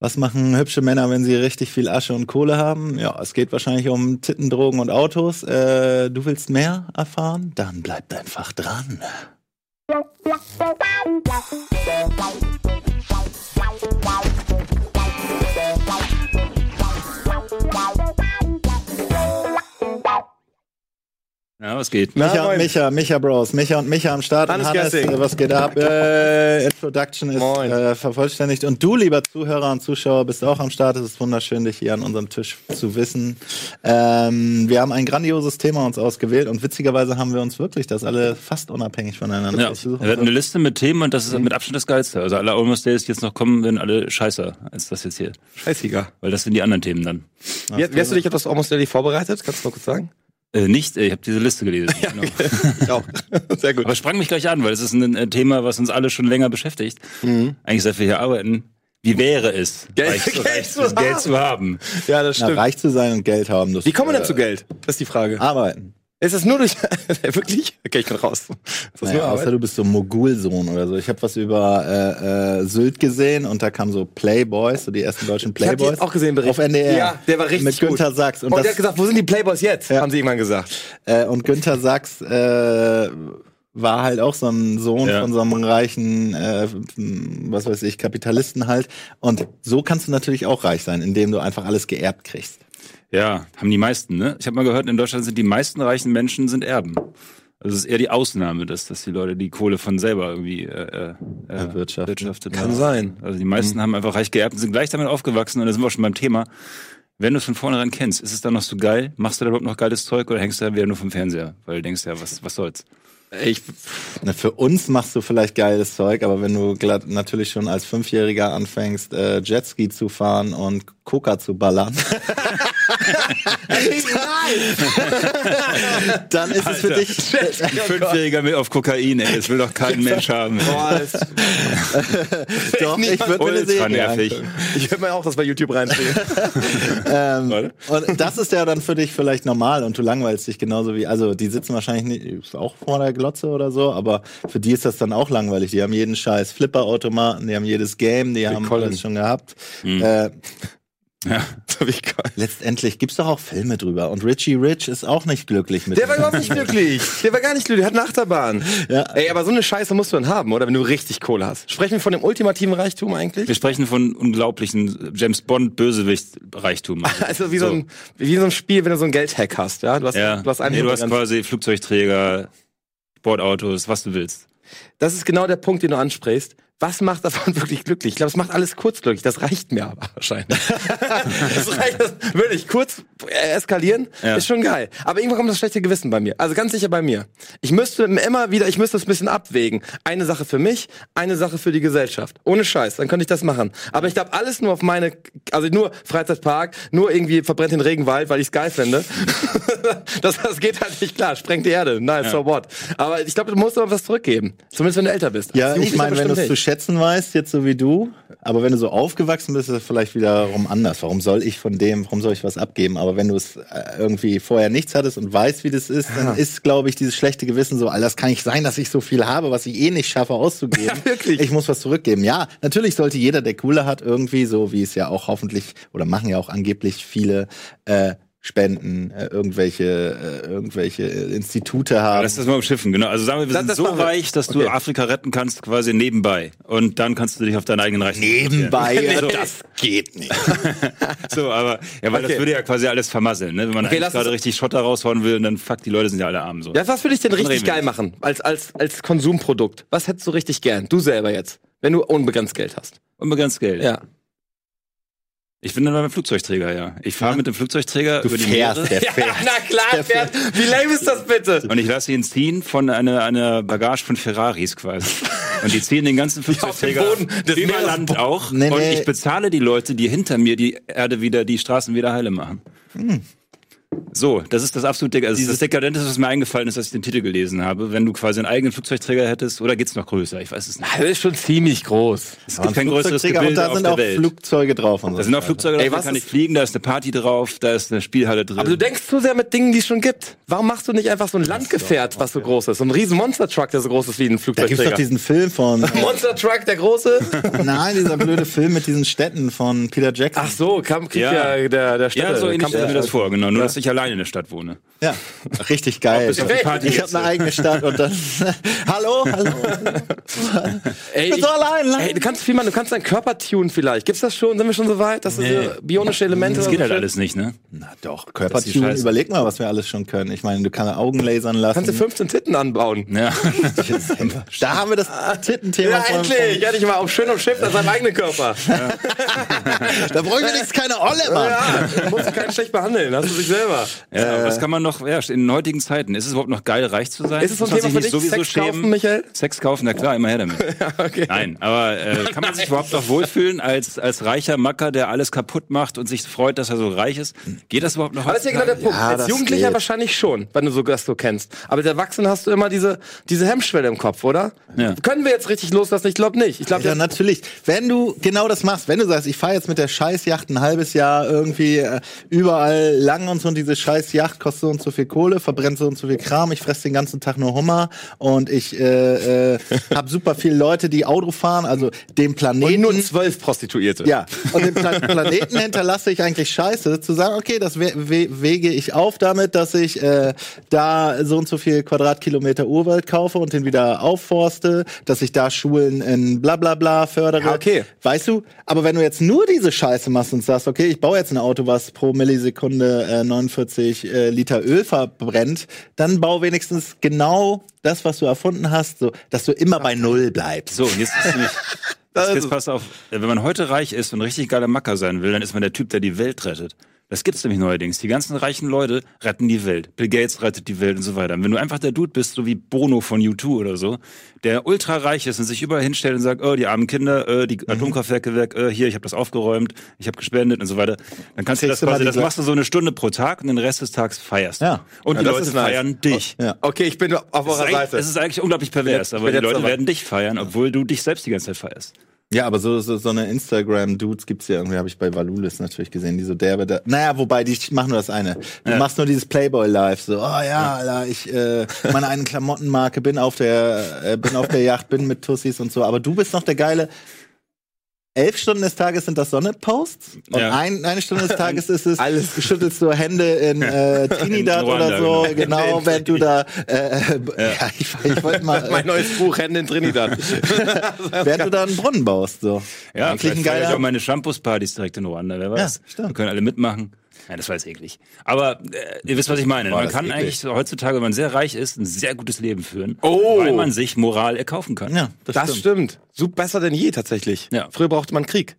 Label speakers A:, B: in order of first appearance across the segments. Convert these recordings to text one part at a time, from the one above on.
A: Was machen hübsche Männer, wenn sie richtig viel Asche und Kohle haben? Ja, es geht wahrscheinlich um Titten, Drogen und Autos. Äh, du willst mehr erfahren? Dann bleibt einfach dran.
B: Ja, was geht?
A: Micha
C: moin.
A: und Micha, Micha Bros, Micha und Micha am Start.
C: Hannes
A: und Hannes,
C: Gessing.
A: äh, was geht ab? Äh, Introduction ist
C: Moin.
A: äh, vervollständigt. Und du, lieber Zuhörer und Zuschauer, bist auch am Start. Es ist wunderschön, dich hier an unserem Tisch zu wissen. Ähm, wir haben ein grandioses Thema uns ausgewählt und witzigerweise haben wir uns wirklich das alle fast unabhängig voneinander
B: Ja,
A: ausgesucht.
B: wir hatten eine Liste mit Themen und das ist mit Abstand das Geilste. Also alle Almost Days, die jetzt noch kommen, werden alle scheißer als das jetzt hier.
C: Scheißiger.
B: Weil das sind die anderen Themen dann.
C: Wie, wärst du dich auf das Almost Daily vorbereitet? Kannst du mal kurz sagen?
B: Äh, nicht, äh, ich habe diese Liste gelesen. genau.
C: Ich auch. Sehr gut.
B: Aber sprang mich gleich an, weil es ist ein äh, Thema, was uns alle schon länger beschäftigt. Eigentlich seit wir hier arbeiten. Wie wäre es,
C: Geld-
B: reich Mhm. zu-
C: Geld
B: reich
C: zu
B: zu- Geld zu haben?
C: Ja, das
A: Na,
C: stimmt.
A: reich zu sein und Geld haben. Das,
C: Wie kommen wir denn
A: äh, Ah.
C: zu Geld? Das ist die Frage.
A: Arbeiten.
C: Ist das nur durch. Wirklich? Okay, ich bin raus. Ist das
A: Naja, außer
C: Arbeit?
A: du bist so ein Mogulsohn oder so. Ich habe was über äh, äh, Sylt gesehen und da kamen so Playboys, so die ersten deutschen
C: Ich hab
A: Playboys.
C: die auch gesehen, Bericht.
A: Auf NDR.
C: Ja, der war richtig
A: Mit Günther
C: gut.
A: Sachs.
C: Und,
A: Und,
C: der hat
A: das,
C: gesagt, wo sind die Playboys jetzt? Haben sie irgendwann gesagt.
A: äh, und Günther Sachs äh, war halt auch so ein Sohn
B: Ja.
A: von so einem reichen, äh, was weiß ich, Kapitalisten halt. Und so kannst du natürlich auch reich sein, indem du einfach alles geerbt kriegst.
B: Ja, haben die meisten, ne? Ich habe mal gehört, in Deutschland sind die meisten reichen Menschen sind Erben. Also es ist eher die Ausnahme, dass, dass die Leute die Kohle von selber irgendwie äh, äh,
A: Erwirtschaften.
B: erwirtschaften.
C: Kann sein.
B: Also die meisten haben einfach reich geerbt und sind gleich damit aufgewachsen und da sind wir auch schon beim Thema. Wenn du es von vornherein kennst, ist es dann noch so geil? Machst du da überhaupt noch geiles Zeug oder hängst du da wieder nur vom Fernseher? Weil du denkst ja, was, was soll's?
C: Ich,
A: Na, für uns machst du vielleicht geiles Zeug, aber wenn du glatt, natürlich schon als Fünfjähriger anfängst, äh, Jetski zu fahren und Coca zu ballern, dann ist es für dich.
B: Ein Fünfjähriger mit auf Kokain, ey, das will doch kein Mensch haben.
C: Boah, das,
A: Doch, ich würde mir eine
B: Ultra
A: Serie
B: nervig.
A: angucken.
C: ich würde mir auch das bei YouTube reinbringen.
A: ähm,
B: Warte.
A: Und das ist ja dann für dich vielleicht normal und du langweilst dich genauso wie, also die sitzen wahrscheinlich nicht, ist auch vor der Glotze oder so, aber für die ist das dann auch langweilig. Die haben jeden scheiß Flipperautomaten, die haben jedes Game, die haben
C: Colin. Mhm.
A: alles schon gehabt. Äh,
C: So wie geil.
A: Letztendlich gibt's doch auch Filme drüber. Und Richie Rich ist auch nicht glücklich mit
C: Der war
A: dem.
C: überhaupt nicht glücklich. Der war gar nicht glücklich. Der hat eine Achterbahn.
A: Ja.
C: Ey, aber so eine Scheiße musst du dann haben, oder? Wenn du richtig Kohle hast. Sprechen wir von dem ultimativen Reichtum eigentlich?
B: Wir sprechen von unglaublichen James Bond Bösewicht Reichtum.
C: Also wie so, ein, wie so ein Spiel, wenn du so einen Geldhack hast, ja? Du hast,
B: Ja,
C: du hast einen
B: nee, du hast
C: Begrenz-
B: quasi Flugzeugträger, Sportautos, was du willst.
C: Das ist genau der Punkt, den du ansprichst. Was macht davon wirklich glücklich? Ich glaube, es macht alles kurzglücklich. Das reicht mir aber wahrscheinlich. das reicht das wirklich kurz äh, eskalieren.
B: Ja.
C: Ist schon geil. Aber irgendwann kommt das schlechte Gewissen bei mir. Also ganz sicher bei mir. Ich müsste immer wieder, ich müsste es ein bisschen abwägen. Eine Sache für mich, eine Sache für die Gesellschaft. Ohne Scheiß, dann könnte ich das machen. Aber ich glaube, alles nur auf meine, also nur Freizeitpark, nur irgendwie verbrennt den Regenwald, weil ich es geil finde. das, das geht halt nicht klar. Sprengt die Erde. Nice, so what. Aber ich glaube, du musst aber was zurückgeben. Zumindest wenn du älter bist.
A: Ja,
C: Als
A: ich
C: Jugendlicher
A: meine, wenn du es
C: bestimmt
A: zu
C: nicht.
A: schätzen weißt, jetzt so wie du, aber wenn du so aufgewachsen bist, ist es vielleicht wiederum anders. Warum soll ich von dem, warum soll ich was abgeben? Aber wenn du es äh, irgendwie vorher nichts hattest und weißt, wie das ist, dann ist, glaube ich, dieses schlechte Gewissen so, all das kann nicht sein, dass ich so viel habe, was ich eh nicht schaffe auszugeben.
C: Ja, wirklich.
A: Ich muss was zurückgeben. Ja, natürlich sollte jeder, der Kohle hat, irgendwie so, wie es ja auch hoffentlich oder machen ja auch angeblich viele äh, Spenden, äh, irgendwelche, äh, irgendwelche Institute haben.
B: Lass das mal umschiffen, genau. Also sagen wir, wir
C: Das-
B: sind
C: das
B: so
C: machen wir.
B: reich, dass du
C: Okay.
B: Afrika retten kannst, quasi nebenbei. Und dann kannst du dich auf deinen eigenen Reichtum
A: Nebenbei,
B: konzentrieren.
A: also,
B: Also,
A: das geht nicht.
B: so, aber, ja, weil
C: Okay.
B: das würde ja quasi alles vermasseln, ne? Wenn man
C: lass
B: eigentlich gerade
C: uns-
B: richtig Schotter raushauen will und dann fuck, die Leute sind ja alle arm, so.
C: Ja, was würde ich denn
B: Dann
C: richtig
B: reden wir
C: geil machen? Als, als, als Konsumprodukt. Was hättest du richtig gern? Du selber jetzt. Wenn du unbegrenzt Geld hast.
B: Unbegrenzt Geld.
C: Ja.
B: Ich bin dann beim Flugzeugträger, ja. Ich fahre mit dem Flugzeugträger
A: Du
B: über die
A: fährst,
B: Meere.
A: der fährt.
C: na klar, Pferd. Also Wie lame ist das bitte?
B: Und ich lasse ihn ziehen von einer, einer Bagage von Ferraris quasi. Und die ziehen den ganzen Flugzeugträger
C: auf dem Boden des
B: über
C: Meeres-
B: Land auch.
A: Nee,
B: Und
A: nee. Hm.
B: ich bezahle die Leute, die hinter mir die Erde wieder, die Straßen wieder heile machen. So, das ist das absolut Dek also das, ist das Dekadenteste, was mir eingefallen ist, als ich den Titel gelesen habe. Wenn du quasi einen eigenen Flugzeugträger hättest, oder geht's noch größer? Ich weiß es nicht.
C: Das ist schon ziemlich groß.
B: Es gibt kein größeres
A: Flugzeugträger
B: Gebilde
A: und da
B: auf
A: sind
B: der
A: auch
B: Welt.
A: Flugzeuge drauf. Und so.
B: da sind auch Flugzeuge,
C: Ey,
B: drauf, da
C: was
B: kann
C: ist-
B: ich fliegen, da ist eine Party drauf, da ist eine Spielhalle drin.
C: Aber Also du denkst zu sehr mit Dingen, die es schon gibt. Warum machst du nicht einfach so ein Landgefährt, was so groß ist? So ein riesen Monster-Truck, der so groß ist wie ein
A: Da gibt's
C: Flugzeugträger.
A: doch diesen Film von.
C: Monster-Truck, der große?
A: Nein, dieser blöde Film mit diesen Städten von Peter Jackson.
C: Ach so, kam, kriegt ja.
B: Ja.
C: der, der Städte.
B: ja, so ähnlich
C: Kampf-
B: stelle ich mir das vor, genau. Nur, dass ich alleine in der Stadt wohne.
A: Ja, richtig geil.
B: Bis auf die Party
A: Ich
B: jetzt.
A: habe eine eigene Stadt und dann. hallo, hallo.
C: Ey,
A: Ich bin so allein.
C: Ey, du kannst viel machen, du kannst deinen Körper tunen vielleicht. Gibt's das schon? Sind wir schon so weit, dass du so bionische Elemente
B: Das geht halt
C: so-
B: alles nicht, ne?
A: Na doch,
B: Das ist die
A: Körpertune.
B: Scheiße.
A: Überleg mal, was wir alles schon können. Ich meine, du kannst Augen lasern lassen.
C: Kannst du 15 Titten anbauen?
B: Ja.
A: da haben wir das
B: Ah.
A: Tittenthema.
C: Ja,
A: von-
C: endlich! Ja, dich mal auf schön umschifft an seinem eigenen Körper.
A: Da brauchen wir nichts, keine Olle, Mann.
C: Ja, du musst du keinen schlecht behandeln, hast du dich selber.
B: Ja,
C: Äh,
B: aber was kann man noch, ja, in heutigen Zeiten, ist es überhaupt noch geil, reich zu sein?
C: Ist es so ein
B: Muss man
C: Thema
B: sich
C: für
B: nicht
C: dich? Sex kaufen, Michael?
B: Sex kaufen, na klar, immer her damit. Nein, aber äh, kann man sich überhaupt noch wohlfühlen als, als reicher Macker, der alles kaputt macht und sich freut, dass er so reich ist? Geht das überhaupt noch?
C: Aber das ist ja genau der Punkt.
A: Ja,
C: Als
A: das
C: Jugendlicher
A: geht.
C: wahrscheinlich schon, wenn du so das so kennst. Aber als Erwachsener hast du immer diese, diese Hemmschwelle im Kopf, oder?
B: Ja.
C: Können wir jetzt richtig loslassen? Ich glaube nicht. Ich glaube,
A: Ja, natürlich. Wenn du genau das machst, wenn du sagst, ich fahre jetzt mit der Scheißjacht ein halbes Jahr irgendwie äh, überall lang und so und diese Scheißjacht kostet so und so viel Kohle, verbrennt so und so viel Kram, ich fresse den ganzen Tag nur Hummer und ich äh, äh, habe super viele Leute, die Auto fahren, also dem Planeten.
C: zwölf Prostituierte.
A: ja, und dem Pla Planeten hinterlasse ich eigentlich Scheiße, zu sagen, okay, das we we wege ich auf damit, dass ich äh, da so und so viel Quadratkilometer Urwald kaufe und den wieder aufforste, dass ich da Schulen in bla bla bla fördere.
C: Ja, okay.
A: Weißt du, aber wenn du jetzt nur diese Scheiße machst und sagst, okay, ich baue jetzt ein Auto, was pro Millisekunde äh, 49 äh, Liter Öl verbrennt, dann bau wenigstens genau das, was du erfunden hast, so, dass du immer bei Null bleibst.
B: So, und jetzt ist nämlich. Jetzt, jetzt pass auf, wenn man heute reich ist und richtig geiler Macker sein will, dann ist man der Typ, der die Welt rettet. Das gibt's nämlich neuerdings. Die ganzen reichen Leute retten die Welt. Bill Gates rettet die Welt und so weiter. Und wenn du einfach der Dude bist, so wie Bono von U2 oder so, der ultra reich ist und sich überall hinstellt und sagt, oh, die armen Kinder, äh,
A: Mhm.
B: die Atomkraftwerke weg, äh, hier, ich habe das aufgeräumt, ich habe gespendet und so weiter, dann kannst du
A: Kriegst
B: das
A: du mal
B: quasi,
A: die
B: das
A: Gla-
B: machst du so eine Stunde pro Tag und den Rest des Tages feierst. du.
A: Ja.
B: Und
C: Ja,
B: die
C: das
B: Leute
C: ist nice.
B: feiern dich.
A: Ja.
C: Okay, ich bin auf
B: Das
C: eurer
B: ist eigentlich-
C: Seite.
B: Es ist eigentlich unglaublich pervers,
C: Ich bin
B: aber die
C: jetzt
B: Leute
C: aber-
B: werden dich feiern, obwohl du dich selbst die ganze Zeit feierst.
A: Ja, aber so, so, so eine Instagram-Dudes gibt's ja irgendwie, habe ich bei Valulis natürlich gesehen, die so derbe. Da, naja, wobei, die machen nur das eine. Du machst nur dieses Playboy-Live, so, oh ja, Alter, ich, äh, meine einen Klamottenmarke, bin auf der, äh, bin auf der Yacht, bin mit Tussis und so, aber du bist noch der geile. Elf Stunden des Tages sind das Sonne-Posts und
B: Ja.
A: ein, eine Stunde des Tages ist es,
C: Alles.
A: du schüttelst so Hände in äh, Trinidad
B: In Ruanda,
A: oder so,
B: genau.
A: genau, wenn du da, äh, ja. ich, ich wollte mal,
C: mein
A: äh,
C: neues Buch, Rennen in Trinidad.
A: während du da einen Brunnen baust, so.
B: Ja,
A: Eigentlich ein
B: vielleicht feiere ich
A: geiler
B: auch meine Shampoos-Partys direkt in Ruanda, wer weiß.
A: Ja, stimmt.
B: Wir können alle mitmachen. Ja, das war jetzt eklig. Aber äh, ihr wisst, was ich meine. man
A: das
B: kann
A: eklig.
B: eigentlich so heutzutage, wenn man sehr reich ist, ein sehr gutes Leben führen,
C: Oh.
B: weil man sich Moral erkaufen kann.
A: Ja,
C: Das stimmt. So besser denn je tatsächlich.
B: Ja.
C: Früher brauchte man Krieg.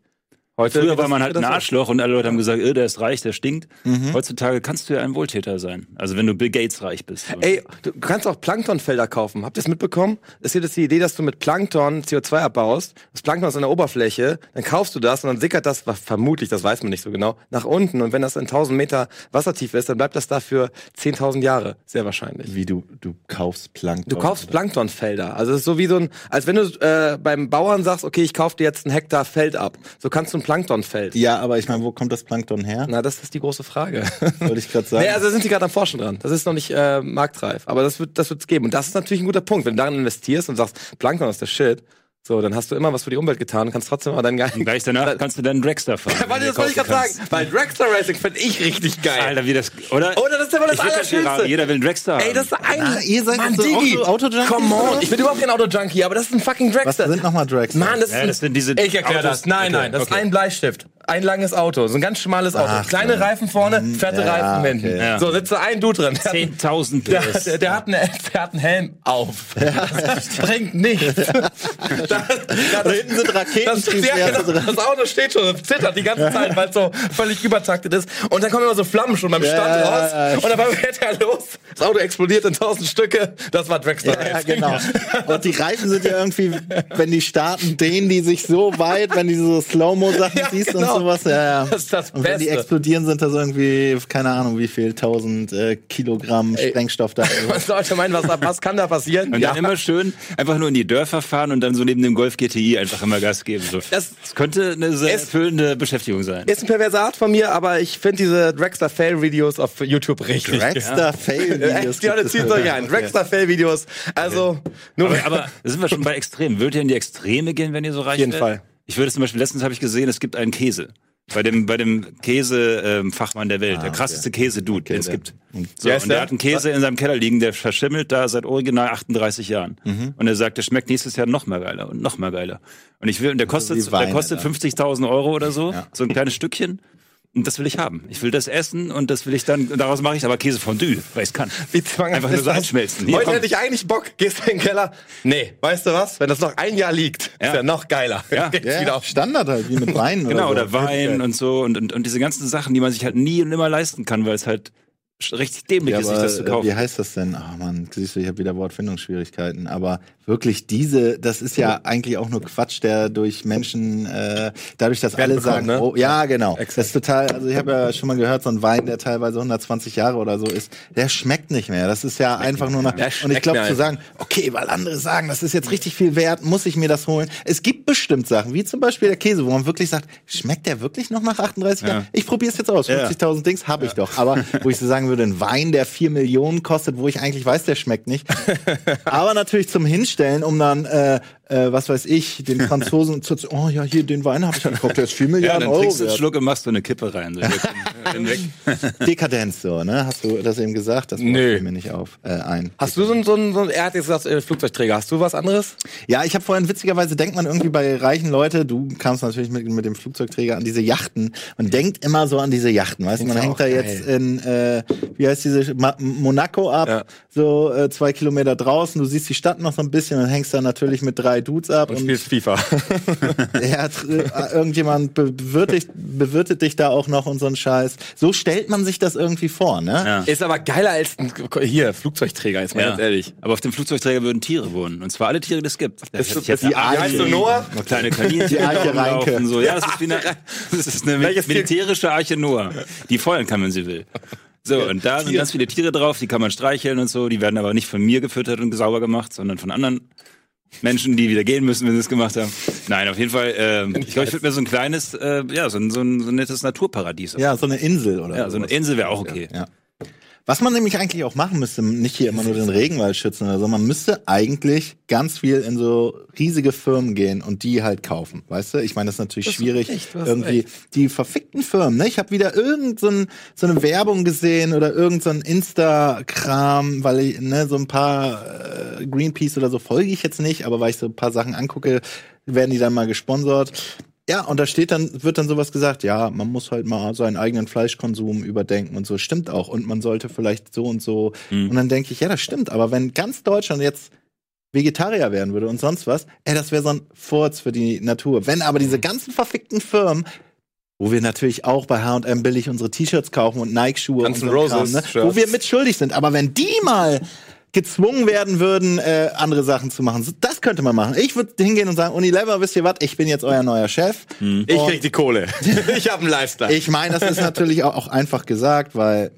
C: Heute
B: Früher war man halt
C: das- Mhm.
B: ein Arschloch und alle Leute haben gesagt, äh, der ist reich, der stinkt. Heutzutage kannst du ja ein Wohltäter sein. Also wenn du Bill Gates reich bist.
C: Ey, du kannst auch Planktonfelder kaufen. Habt ihr das mitbekommen? Es gibt jetzt die Idee, dass du mit Plankton CO2 abbaust. Das Plankton ist an der Oberfläche. Dann kaufst du das und dann sickert das, was vermutlich, das weiß man nicht so genau, nach unten. Und wenn das in 1000 Meter wassertief ist, dann bleibt das dafür 10.000 Jahre. Sehr wahrscheinlich.
A: Wie du, du kaufst Plankton.
C: Du kaufst Planktonfelder. Also es ist so wie so ein, als wenn du äh, beim Bauern sagst, okay, ich kauf dir jetzt einen Hektar Feld ab. So kannst du ein Planktonfeld.
A: Ja, aber ich meine, wo kommt das Plankton her?
C: Na, das ist die große Frage.
A: Wollte ich gerade sagen.
C: Nee, also da sind sie gerade am Forschen dran. Das ist noch nicht äh, marktreif, aber das wird das wird's geben und das ist natürlich ein guter Punkt, wenn du daran investierst und sagst, Plankton ist der Shit. So, dann hast du immer was für die Umwelt getan und kannst trotzdem aber deinen geilen
B: und gleich danach kannst du deinen Dragster fahren.
C: Warte,
B: den
C: das
B: du
C: wollte ich gerade
B: kaufen kannst.
C: sagen, weil Dragster Racing finde ich richtig geil.
B: Alter, wie das, oder?
C: Oder Oh, das ist aber das
B: ich will das hier
C: Allerschönste.
B: haben. Jeder will einen Dragster haben.
C: Ey, das ist ein
A: Na, ihr seid
C: Mann,
A: so
C: Digi.
A: Auto- Auto-Junkies
C: Come
A: oder
C: on,
A: was?
C: ich bin überhaupt kein Auto-Junkie, aber das ist ein fucking
A: Was
C: Dragster.
A: sind nochmal Drags?
C: Mann, das,
B: Ja,
C: ist ein,
B: das sind diese
C: Ich erkläre
B: Autos-
C: das. Nein,
B: Okay,
C: nein, das ist
B: okay.
C: ein Bleistift. Ein langes Auto, so ein ganz schmales Auto.
A: Ach,
C: Kleine
A: so. Hm,
C: Reifen vorne, fette
A: ja,
C: Reifen
A: okay.
C: hinten.
B: Ja.
C: So sitzt da ein Du drin. Der hat-
B: 10.000
C: Der,
B: PS.
C: der, der, hat eine, der hat einen Helm auf. Das bringt nichts. Da, da,
A: Da hinten sind
C: das, ja,
A: Raketentriebwerke
C: genau,
A: drin.
C: das Auto steht schon und zittert die ganze Zeit, weil es so völlig übertaktet ist. Und dann kommen immer so Flammen schon beim
A: Ja,
C: Stand
A: ja,
C: raus.
A: ja, ja.
C: Und dabei fährt er los. Das Auto explodiert in tausend Stücke. Das war Dragster.
A: Ja, genau. Und die Reifen sind ja irgendwie, wenn die starten, dehnen die sich so weit, wenn die so Slow-Mo-Sachen
C: Ja,
A: siehst
C: genau.
A: sowas, ja, ja.
C: Das ist das
A: Und wenn die
C: Beste.
A: explodieren, sind das irgendwie, keine Ahnung, wie viel, 1000 äh, Kilogramm Sprengstoff da.
C: Was sollte meinen, was, was kann da passieren?
B: Und dann immer schön einfach nur in die Dörfer fahren und dann so neben dem Golf GTI einfach immer Gas geben. So.
C: Das-
B: Das, könnte eine sehr
C: Es-
B: erfüllende Beschäftigung sein.
C: Ist ein perverser Art von mir, aber ich finde diese Dragster Fail Videos auf YouTube richtig.
A: Dragster Fail Videos.
C: Ja, das zieht euch ein. Dragster Fail Videos. Also, nur
B: halt. Aber, aber da sind wir schon bei Extremen. Würdet ihr in die Extreme gehen, wenn ihr so reich
C: jeden
B: wärt?
C: Fall.
B: Ich würde zum Beispiel, letztens habe ich gesehen, es gibt einen Käse. Bei dem, bei dem Käse-Fachmann der
C: Ah,
B: Welt. der krasseste Käse-Dude, den es
A: der-
B: gibt. So,
C: Wer ist
B: und der
C: der?
B: hat einen Käse in seinem Keller liegen, der verschimmelt da seit original 38 Jahren.
C: Mhm.
B: Und er sagt, der schmeckt nächstes Jahr noch mal geiler und noch mal geiler. Und ich will,
C: Also
B: und der
A: wie
B: kostet,
A: Wein,
B: der kostet
A: Alter.
B: 50.000 Euro oder so, so ein kleines Stückchen. Und das will ich haben. Ich will das essen und das will ich dann, und daraus mache ich aber Käsefondue, weil ich es kann.
C: Wie zwanghaft
B: Einfach nur
C: ist
B: so
C: das?
B: einschmelzen. Hier,
C: Heute
B: komm.
C: hätte ich eigentlich Bock, gehst in den Keller. Nee, weißt du was? Wenn das noch ein Jahr liegt,
B: Ja.
C: ist ja noch geiler.
B: Ja.
C: Geht's
A: Ja,
C: wieder
A: ja,
C: auf.
A: Standard halt, wie mit Wein.
B: Genau,
A: oder,
B: oder Wein und so und, und, und diese ganzen Sachen, die man sich halt nie und immer leisten kann, weil es halt sch- richtig dämlich
A: Ja,
B: ist, sich
A: aber,
B: das zu
A: äh, wie
B: kaufen.
A: heißt das denn? Ach man, siehst du, ich habe wieder Wortfindungsschwierigkeiten. Aber wirklich diese, das ist ja eigentlich auch nur Quatsch, der durch Menschen, äh, dadurch, dass alle
C: bekommt,
A: sagen,
C: ne?
A: oh, ja, genau. Das ist total, also ich habe ja schon mal gehört, so ein Wein, der teilweise 120 Jahre oder so ist, der schmeckt nicht mehr. Das ist ja einfach nur nach,
C: Der
A: und ich
C: schmeckt
A: glaube
C: mir
A: zu sagen, okay, weil andere sagen, das ist jetzt richtig viel wert, muss ich mir das holen. Es gibt bestimmt Sachen, wie zum Beispiel der Käse, wo man wirklich sagt, schmeckt der wirklich noch nach 38 Jahren? Ich probiere es jetzt aus. 50.000 Dings habe ich doch. Aber wo ich so sagen würde, ein Wein, der 4 Millionen kostet, wo ich eigentlich weiß, der schmeckt nicht. Aber natürlich zum Hinstellen, um dann, äh, äh, was weiß ich, den Franzosen zu, zu- oh ja, hier, den Wein habe ich gekauft, der ist 4
B: Ja,
A: Milliarden
B: dann
A: Euro
B: trinkst du einen
A: wert.
B: Schluck und machst so eine Kippe rein. So, hier, komm, bin weg.
A: Dekadenz so, ne? Hast du das eben gesagt? Das
C: Nö.
A: fällt mir nicht auf, äh, ein.
C: Hast du so ein, so ein, so ein er hat jetzt gesagt, äh, Flugzeugträger. Hast du was anderes?
A: Ja, ich habe vorhin witzigerweise denkt man irgendwie bei reichen Leute, du kamst natürlich mit, mit dem Flugzeugträger an diese Yachten und denkt immer so an diese Yachten, weißt du, man
C: Ist
A: hängt
C: auch
A: da
C: geil.
A: jetzt in äh, wie heißt diese Ma Monaco ab,
C: Ja.
A: so äh, zwei Kilometer draußen, du siehst die Stadt noch so ein bisschen und hängst da natürlich mit drei Dudes ab und,
C: spielst FIFA.
A: ja, tr- äh, irgendjemand be- bewirtet, bewirtet dich da auch noch und so ein Scheiß. So stellt man sich das irgendwie vor, ne?
B: Ja.
C: Ist aber geiler als ein, hier, Flugzeugträger, jetzt mal
B: Ja.
C: ganz ehrlich.
B: Aber auf dem Flugzeugträger würden Tiere wohnen. Und zwar alle Tiere, die es gibt. Das
C: Ist
B: hätte ich
C: das
B: jetzt
C: die
B: erwartet.
C: Arche? Heißt du Noah?
B: Noch kleine Kaninchen.
A: Die Arche
B: rumlaufen,
A: Reinke.
B: So. Ja, das ist wie eine, das ist eine
C: Welches Tier-
B: militärische Arche Noah. Die feuern kann, wenn sie will. So, und da sind ganz viele Tiere drauf, die kann man streicheln und so. Die werden aber nicht von mir gefüttert und sauber gemacht, sondern von anderen Menschen, die wieder gehen müssen, wenn sie es gemacht haben. Nein, auf jeden Fall. Ähm, ich glaube, ich würde mir so ein kleines, äh, ja, so ein, so ein, so ein nettes Naturparadies.
A: Ja, so eine Insel oder
B: Ja, so eine
A: sowas.
B: Insel wäre auch okay.
A: Ja. Was man nämlich eigentlich auch machen müsste, nicht hier immer nur den Regenwald schützen oder so, man müsste eigentlich ganz viel in so riesige Firmen gehen und die halt kaufen, weißt du? Ich meine, das ist natürlich schwierig,
C: echt, du hast
A: irgendwie die verfickten Firmen, ne? Ich habe wieder irgend so, ein, so eine Werbung gesehen oder irgend so ein Insta-Kram, weil ich, ne, so ein paar äh, Greenpeace oder so folge ich jetzt nicht, aber weil ich so ein paar Sachen angucke, werden die dann mal gesponsert. Ja, und da steht dann, wird dann sowas gesagt, ja, man muss halt mal seinen eigenen Fleischkonsum überdenken und so, stimmt auch. Und man sollte vielleicht so und so. Und dann denke ich, ja, das stimmt, aber wenn ganz Deutschland jetzt Vegetarier werden würde und sonst was, ey, das wäre so ein Furz für die Natur. Wenn aber
C: Mhm.
A: diese ganzen verfickten Firmen, wo wir natürlich auch bei H&M billig unsere T-Shirts kaufen und Nike-Schuhe und
C: Ganzen
A: so ein Kram,
C: Roses
A: ne?
C: Shirts.
A: wo wir mit schuldig sind, aber wenn die mal gezwungen werden würden, äh, andere Sachen zu machen, so, das könnte man machen. Ich würde hingehen und sagen, Unilever, wisst ihr was, ich bin jetzt euer neuer Chef.
B: Mhm.
C: Ich krieg die Kohle. ich hab einen Lifestyle.
A: Ich meine, das ist natürlich auch, auch einfach gesagt, weil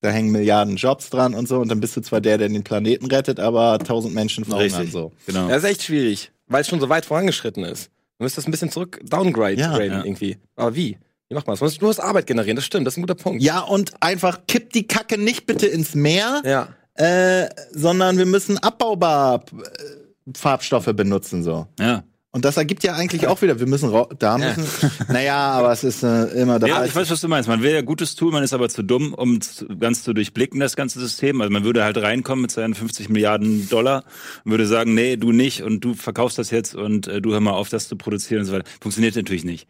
A: da hängen Milliarden Jobs dran und so und dann bist du zwar der, der den Planeten rettet, aber tausend Menschen verhungern
B: Richtig.
A: so.
B: Genau.
C: Das ist echt schwierig, weil es schon so weit vorangeschritten ist. Du müsstest das ein bisschen zurück downgrade
A: Ja,
C: graden
B: ja.
C: irgendwie. Aber wie? Wie macht man das? Man muss nur aus Arbeit generieren, das stimmt, das ist ein guter Punkt.
A: Ja, und einfach kippt die Kacke nicht bitte ins Meer,
C: ja.
A: äh, sondern wir müssen abbaubar äh, Farbstoffe benutzen so.
B: Ja.
A: Und das ergibt ja eigentlich auch wieder, wir müssen ra- da müssen. Naja, aber es ist äh, immer da.
B: Ja, ich weiß, was du meinst. Man will ja Gutes tun, man ist aber zu dumm, um es ganz zu durchblicken, das ganze System. Also man würde halt reinkommen mit seinen 50 Milliarden Dollar und würde sagen, nee, du nicht und du verkaufst das jetzt und äh, du hör mal auf, das zu produzieren und so weiter. Funktioniert natürlich nicht.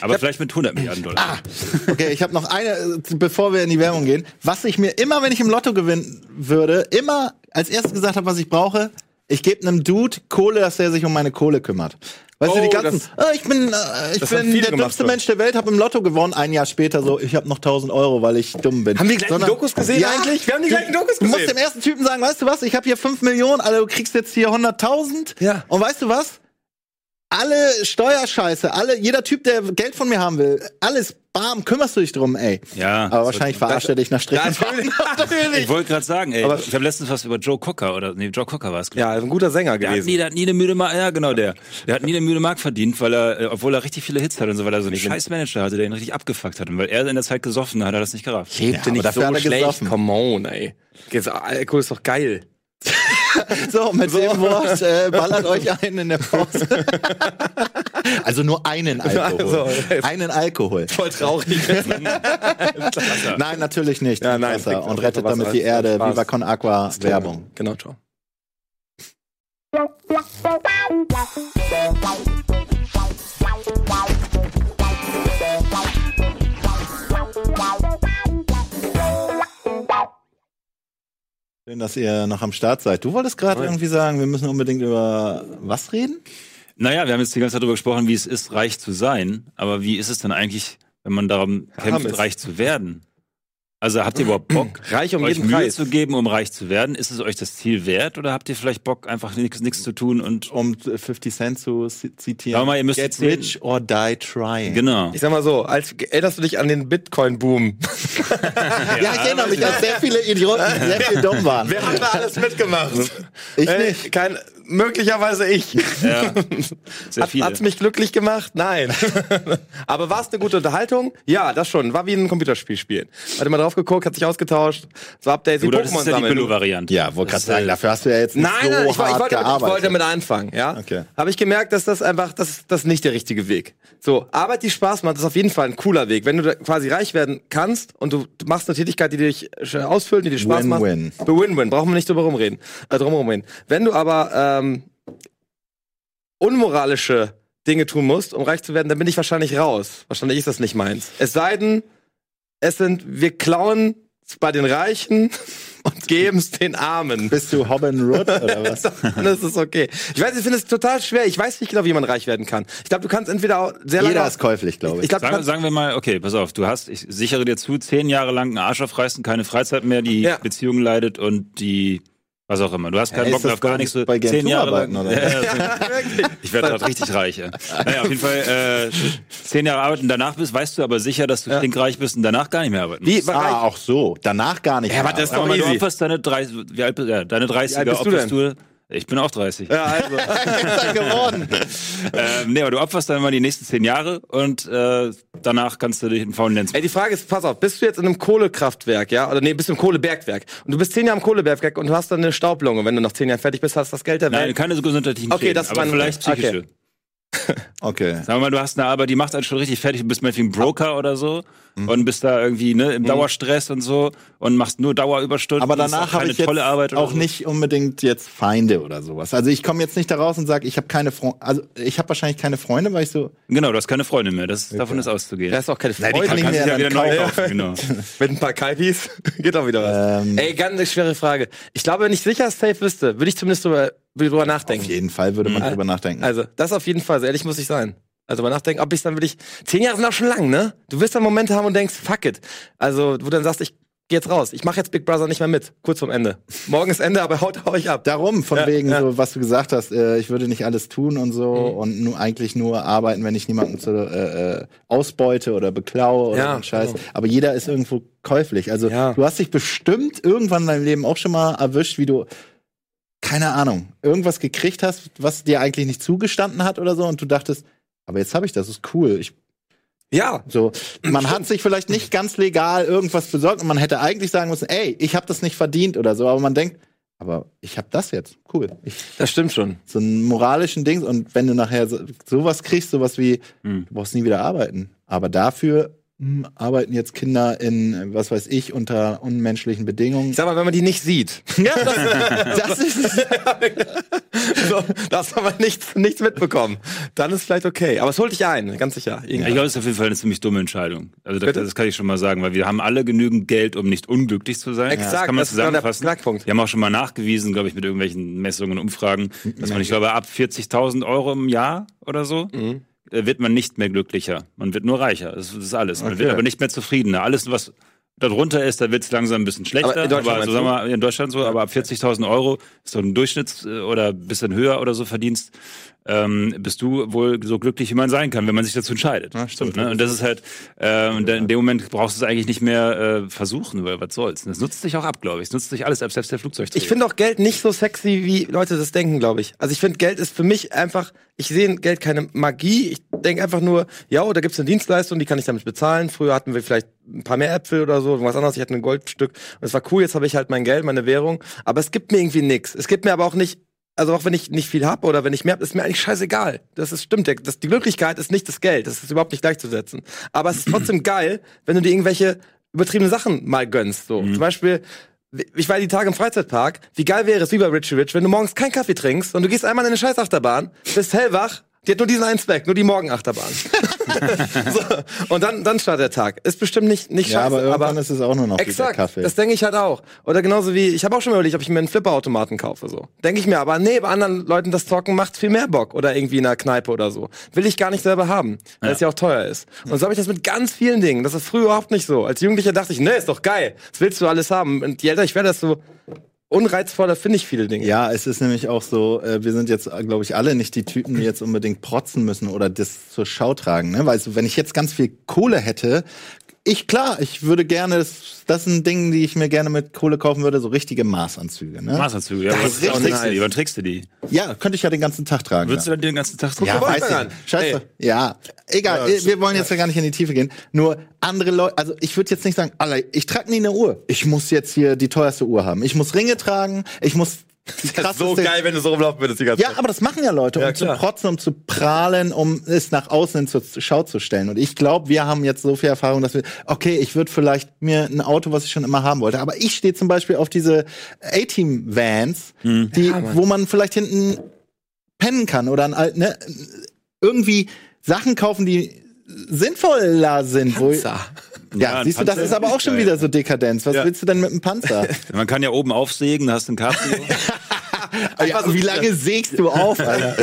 B: Aber vielleicht mit 100 Milliarden Dollar.
A: Ah. Okay, ich habe noch eine, äh, bevor wir in die Werbung gehen. Was ich mir immer, wenn ich im Lotto gewinnen würde, immer als erstes gesagt habe, was ich brauche, ich gebe einem Dude Kohle, dass der sich um meine Kohle kümmert. Weißt du,
C: Oh,
A: die ganzen,
C: das-
A: ah, ich bin, äh, ich
C: das haben
A: bin
C: viele
A: der
C: gemacht,
A: dümmste
C: so.
A: Mensch der Welt, habe im Lotto gewonnen, ein Jahr später so, ich habe noch 1000 Euro, weil ich dumm bin.
C: Haben wir die gleichen Dokus gesehen
A: Ja,
C: eigentlich? Wir haben die
A: du-
C: gleichen Dokus
A: Du musst
C: gesehen.
A: dem ersten Typen sagen, weißt du was, ich habe hier 5 Millionen, also du kriegst jetzt hier 100.000
C: Ja.
A: und weißt du was? alle Steuerscheiße, alle, jeder Typ, der Geld von mir haben will, alles, bam, kümmerst du dich drum, ey.
B: Ja.
A: Aber wahrscheinlich verarscht er dich nach Strichen.
C: Natürlich.
B: Ich wollte gerade sagen, ey,
C: Aber-
B: ich habe letztens was über Joe Cocker oder nee, Joe Cocker war es.
C: Ja, ein guter Sänger
B: Der hat, nie,
C: gewesen.
B: der hat nie eine müde Mark, ja genau der. Der hat nie eine müde Mark verdient, weil er, äh, obwohl er richtig viele Hits hatte und so, weil er so einen scheiß Manager hatte, der ihn richtig abgefuckt hat. Und weil er in der Zeit gesoffen hat, hat er das nicht gerafft.
C: Lebte
A: aber dafür hat er gesoffen.
C: Come on, ey. Jetzt, Alkohol ist doch geil.
A: So, mit dem Wort äh, ballert euch einen in der Pause. also nur einen Alkohol.
C: Also,
A: einen Alkohol.
C: Voll traurig.
A: Nein, natürlich nicht.
C: Ja, nein,
A: Wasser.
C: trinkt
A: und
C: auf
A: rettet
C: jeden Fall
A: damit
C: Wasser.
A: die Erde.
C: Spaß.
A: Viva Con Aqua Werbung.
C: Genau, ciao.
A: Schön, dass ihr noch am Start seid. Du wolltest gerade irgendwie sagen, wir müssen unbedingt über was reden?
B: Naja, wir haben jetzt die ganze Zeit darüber gesprochen, wie es ist, reich zu sein. Aber wie ist es denn eigentlich, wenn man darum kämpft,
C: ist.
B: reich zu werden? Also habt ihr überhaupt Bock,
C: Reich um
B: euch
C: jeden
B: Mühe
C: Preis.
B: zu geben, um reich zu werden? Ist es euch das Ziel wert oder habt ihr vielleicht Bock, einfach nichts zu tun und
A: Um 50 Cent zu zi- zitieren.
B: Sag mal, ihr müsst
A: Get
B: zählen.
A: rich or die trying.
B: genau.
C: Ich sag mal so, als erinnerst du dich an den Bitcoin-Boom?
A: Ja, ich erinnere mich, dass sehr viele Idioten sehr viel dumm waren.
C: Wer hat da alles mitgemacht?
A: Ich
C: Ey,
A: nicht.
C: Äh, Kein, möglicherweise ich.
B: Ja, sehr
C: Hat,
B: viele.
C: hat's mich glücklich gemacht? Nein. Aber war's eine gute Unterhaltung? Ja, das schon. War wie ein Computerspiel spielen. Hat immer drauf geguckt, hat sich ausgetauscht. So Updates,
B: Oder das ist ja die
C: sammeln.
B: Billo-Variante.
A: Ja, wollte gerade sagen, dafür hast du ja jetzt nicht
C: Nein,
A: so
C: nein, ich, war, ich,
A: hart
C: wollte damit, ich
A: gearbeitet.
C: wollte damit anfangen, ja.
A: Okay.
C: Habe ich gemerkt, dass das einfach, das ist das ist nicht der richtige Weg. So, Arbeit, die Spaß macht, ist auf jeden Fall ein cooler Weg. Wenn du da quasi reich werden kannst und du machst eine Tätigkeit, die dich äh, ausfüllt, die dir Spaß macht.
A: Win-win.
C: Win-win. Brauchen wir nicht drüber rumreden. Äh, drum rumreden. Wenn du aber ähm, unmoralische Dinge tun musst, um reich zu werden, dann bin ich wahrscheinlich raus. Wahrscheinlich ist das nicht meins. Es sei denn, es sind, wir klauen bei den Reichen und geben es den Armen.
A: Bist du Hobbin Root oder was?
C: Dann ist es okay. Ich weiß, ich finde es total schwer. Ich weiß nicht genau, wie man reich werden kann. Ich glaube, du kannst entweder auch sehr lange.
A: Jeder ist käuflich, glaube
C: ich
A: ich.
C: glaube, du
B: Sagen,
C: kannst.
B: sagen wir mal, okay, pass auf, du hast, ich sichere dir zu, zehn Jahre lang einen Arsch aufreißen, keine Freizeit mehr, die
C: Ja.
B: Beziehung leidet und die, was auch immer. Du hast keinen
A: ist
B: Bock mehr
A: das
B: auf gar
A: bei-
B: nichts. so
A: bei Gen
B: zehn
A: Two
B: Jahre
A: arbeiten,
B: lang.
A: oder?
B: Ja, ja, so- ich werde dort richtig reich. Ja. Naja, auf jeden Fall äh, zehn Jahre arbeiten, danach bist, weißt du aber sicher, dass du stinkreich bist und danach gar nicht mehr arbeiten.
C: Wie, war
A: Ah,
C: reich?
A: auch so. Danach gar nicht.
C: Ja, aber
A: mehr.
C: das-
B: Sag mal,
C: doch
B: du
C: easy.
B: opferst deine 30, wie alt, bist- ja, deine 30er,
C: alt bist du
B: opferst du, ich bin auch 30.
C: Ja, also.
A: ist geworden.
B: Ähm, nee, aber du opferst dann mal die nächsten zehn Jahre und äh, danach kannst du dich einen faulen Lenz
C: Ey, die Frage ist, pass auf, bist du jetzt in einem Kohlekraftwerk, ja? Oder nee, bist du im Kohlebergwerk. Und du bist zehn Jahre im Kohlebergwerk und du hast dann eine Staublunge. Wenn du nach zehn Jahren fertig bist, hast du das Geld der Welt.
B: Nein, keine so gesundheitlichen
C: Okay,
B: Schäden,
C: das
B: aber
C: waren-
B: vielleicht
C: okay.
B: psychische.
A: Okay.
B: Sagen wir mal, du hast eine Arbeit, die macht einen schon richtig fertig, du bist meinetwegen Broker oder so
C: Mhm.
B: und bist da irgendwie ne, im Dauerstress und so und machst nur Dauerüberstunden.
A: Aber
B: Das ist
A: danach
B: auch
A: habe
B: keine
A: ich jetzt
B: tolle Arbeit oder
A: auch
B: so.
A: nicht unbedingt jetzt Feinde oder sowas. Also ich komme jetzt nicht da raus und sage, ich habe keine Freunde. Also ich habe wahrscheinlich keine Freunde, weil ich so.
B: Genau, du hast keine Freunde mehr, das, davon ist auszugehen.
C: Da ist auch keine
A: Nein, die
C: Freude.
A: kann
B: du
A: ich
B: kannst
A: mir
B: dich ja
A: dann
B: wieder neu
A: kaufen.
B: kaufen, genau.
C: Mit ein paar Kalbis geht auch wieder was.
A: Ähm.
C: Ey, ganz eine schwere Frage. Ich glaube, wenn ich sicher safe wüsste, würde ich zumindest drüber, würde drüber nachdenken.
A: Auf jeden Fall würde man drüber nachdenken.
C: Also, das auf jeden Fall, so ehrlich muss ich sein. Also mal nachdenken, ob ich dann wirklich. Zehn Jahre sind auch schon lang, ne? Du wirst dann Momente haben und denkst, fuck it. Also, wo du dann sagst, ich geh jetzt raus. Ich mache jetzt Big Brother nicht mehr mit. Kurz vorm Ende. Morgen ist Ende, aber haut euch ab.
A: Darum, von
C: Ja,
A: wegen,
C: ja. Mhm.
A: So, was du gesagt hast, äh, ich würde nicht alles tun und so und nur, eigentlich nur arbeiten, wenn ich niemanden zu, äh, äh, ausbeute oder beklaue oder
C: Ja, genau.
A: so einen Scheiß. Aber jeder ist irgendwo käuflich. Also
C: Ja.
A: du hast dich bestimmt irgendwann in deinem Leben auch schon mal erwischt, wie du, keine Ahnung, irgendwas gekriegt hast, was dir eigentlich nicht zugestanden hat oder so und du dachtest, aber jetzt habe ich das, ist cool. Ich,
C: Ja.
A: so, man hat sich vielleicht nicht ganz legal irgendwas besorgt und man hätte eigentlich sagen müssen, ey, ich habe das nicht verdient oder so, aber man denkt, aber ich habe das jetzt, cool. Ich
C: Das stimmt schon.
A: so einen moralischen Dings. Und wenn du nachher so, sowas kriegst, sowas wie,
B: Hm.
A: du brauchst nie wieder arbeiten. Aber dafür hm, arbeiten jetzt Kinder in, was weiß ich, unter unmenschlichen Bedingungen.
C: Ich sag mal, wenn man die nicht sieht,
A: Ja, das, das ist
C: so, da hast du aber nichts, nichts mitbekommen, dann ist vielleicht okay. Aber es holt dich ein, ganz sicher.
B: Ja,
C: Irgendwann.
B: Ich glaube, das ist auf jeden Fall eine ziemlich dumme Entscheidung. Also das,
C: Bitte?
B: das kann ich schon mal sagen, weil wir haben alle genügend Geld, um nicht unglücklich zu sein.
C: Exakt,
B: das kann man
C: das ist genau der
B: zusammenfassen.
C: Knackpunkt.
B: Wir haben auch schon mal nachgewiesen, glaube ich, mit irgendwelchen Messungen und Umfragen, dass man, ich glaube, ab 40.000 Euro im Jahr oder so
C: Mhm.
B: äh, wird man nicht mehr glücklicher. Man wird nur reicher. Das, ist- das ist alles. Man wird aber nicht mehr zufriedener. Alles, was darunter ist, da wird es langsam ein bisschen schlechter.
C: Aber
B: Aber,
C: in Deutschland
B: so, sagen
C: meinst
B: wir mal, in Deutschland so, aber ab 40.000 Euro ist so ein Durchschnitts- oder ein bisschen höher oder so verdienst, ähm, bist du wohl so glücklich, wie man sein kann, wenn man sich dazu entscheidet. stimmt. Ne? Und das ist halt, äh, und dann in dem Moment brauchst du es eigentlich nicht mehr äh, versuchen, weil was soll's. Das nutzt sich auch ab, glaube ich. Es nutzt sich alles ab, selbst der Flugzeugträger.
C: Ich finde auch Geld nicht so sexy, wie Leute das denken, glaube ich. Also ich finde, Geld ist für mich einfach, ich sehe in Geld keine Magie. Ich denke einfach nur, ja, oh, da gibt's eine Dienstleistung, die kann ich damit bezahlen. Früher hatten wir vielleicht ein paar mehr Äpfel oder so, irgendwas anderes. Ich hatte ein Goldstück und es war cool, jetzt habe ich halt mein Geld, meine Währung. Aber es gibt mir irgendwie nichts. Es gibt mir aber auch nicht, also auch wenn ich nicht viel habe oder wenn ich mehr habe, ist mir eigentlich scheißegal. Das ist stimmt. Der- Das, die Glücklichkeit ist nicht das Geld. Das ist überhaupt nicht gleichzusetzen. Aber es ist trotzdem geil, wenn du dir irgendwelche übertriebenen Sachen mal gönnst. So. Zum Beispiel, ich war die Tage im Freizeitpark. Wie geil wäre es, wie bei Richie Rich, wenn du morgens keinen Kaffee trinkst und du gehst einmal in eine Scheißachterbahn, bist hellwach, die hat nur diesen einen Zweck, nur die Morgenachterbahn. so. Und dann, dann startet der Tag. Ist bestimmt nicht, nicht
A: Ja,
C: scheiße,
A: aber irgendwann ist es auch nur noch wie der
C: Exakt,
A: Kaffee.
C: das denke ich halt auch. Oder genauso wie, ich habe auch schon mal überlegt, ob ich mir einen Flipperautomaten kaufe. so. Denke ich mir, aber nee, bei anderen Leuten das Zocken macht viel mehr Bock. Oder irgendwie in einer Kneipe oder so. Will ich gar nicht selber haben, weil es ja auch teuer ist. Und so habe ich das mit ganz vielen Dingen. Das ist früher überhaupt nicht so. Als Jugendlicher dachte ich, nee, ist doch geil. Das willst du alles haben. Und je älter ich werde, desto unreizvoller finde ich viele Dinge.
A: Ja, es ist nämlich auch so, äh, wir sind jetzt, glaube ich, alle nicht die Typen, die jetzt unbedingt protzen müssen oder das zur Schau tragen. Ne? Weißt du, wenn ich jetzt ganz viel Kohle hätte, ich klar, ich würde gerne, das, das sind Dinge, die ich mir gerne mit Kohle kaufen würde, so richtige Maßanzüge. Ne?
B: Maßanzüge, ja, aber
A: Das ist
B: wann
A: richtig
B: trägst du die?
C: nice.
B: Wann trägst du die?
A: Ja, könnte ich ja den ganzen Tag tragen.
B: Würdest
A: ja.
B: du dann den ganzen Tag gucken?
A: Ja,
C: Guck
A: weiß
C: Wolfgang
A: ich.
C: an.
A: nicht. Scheiße. Ja, egal.
C: Ja, das-
A: wir wollen jetzt ja gar nicht in die Tiefe gehen. Nur andere Leute, also ich würde jetzt nicht sagen, Alter, ich trage nie eine Uhr. Ich muss jetzt hier die teuerste Uhr haben. Ich muss Ringe tragen. Ich muss die krasseste.
C: wenn du so rumlaufen würdest die ganze
A: Ja, aber das machen ja Leute, um
C: Ja,
A: zu
C: klar.
A: protzen, um zu prahlen, um es nach außen zur Schau zu stellen. Und ich glaube, wir haben jetzt so viel Erfahrung, dass wir, okay, ich würde vielleicht mir ein Auto, was ich schon immer haben wollte, aber ich stehe zum Beispiel auf diese A-Team-Vans, die, wo man vielleicht hinten pennen kann oder ein alt, ne, irgendwie Sachen kaufen, die sinnvoller sind. Wo, ja,
B: Ja, ein
A: siehst du, das
B: Panzer
A: ist aber auch schon
B: geil.
A: wieder so Dekadenz. Was
C: Ja.
A: willst du denn mit einem Panzer?
B: Man kann ja oben aufsägen, da hast du ein Cabrio. Also
A: ja, wie lange sägst du auf, Alter?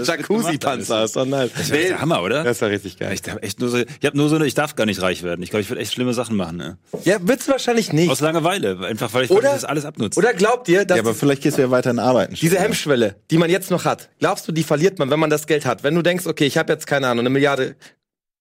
C: Jacuzzi-Panzer ist doch nice.
B: Das ist der Hammer, oder?
C: Das war richtig geil.
B: Ich darf echt nur so, ich hab nur so eine, ich darf gar nicht reich werden. Ich glaube, ich würde echt schlimme Sachen machen, ne?
C: Ja, wird's wahrscheinlich nicht.
B: Aus Langeweile, einfach weil ich, weil
C: Oder-
B: ich das alles abnutze.
C: Oder glaubt ihr, dass
A: Ja, aber vielleicht gehst du ja weiter in Arbeiten.
C: Diese Hemmschwelle, die man jetzt noch hat, glaubst du, die verliert man, wenn man das Geld hat? Wenn du denkst, okay, ich habe jetzt keine Ahnung, eine Milliarde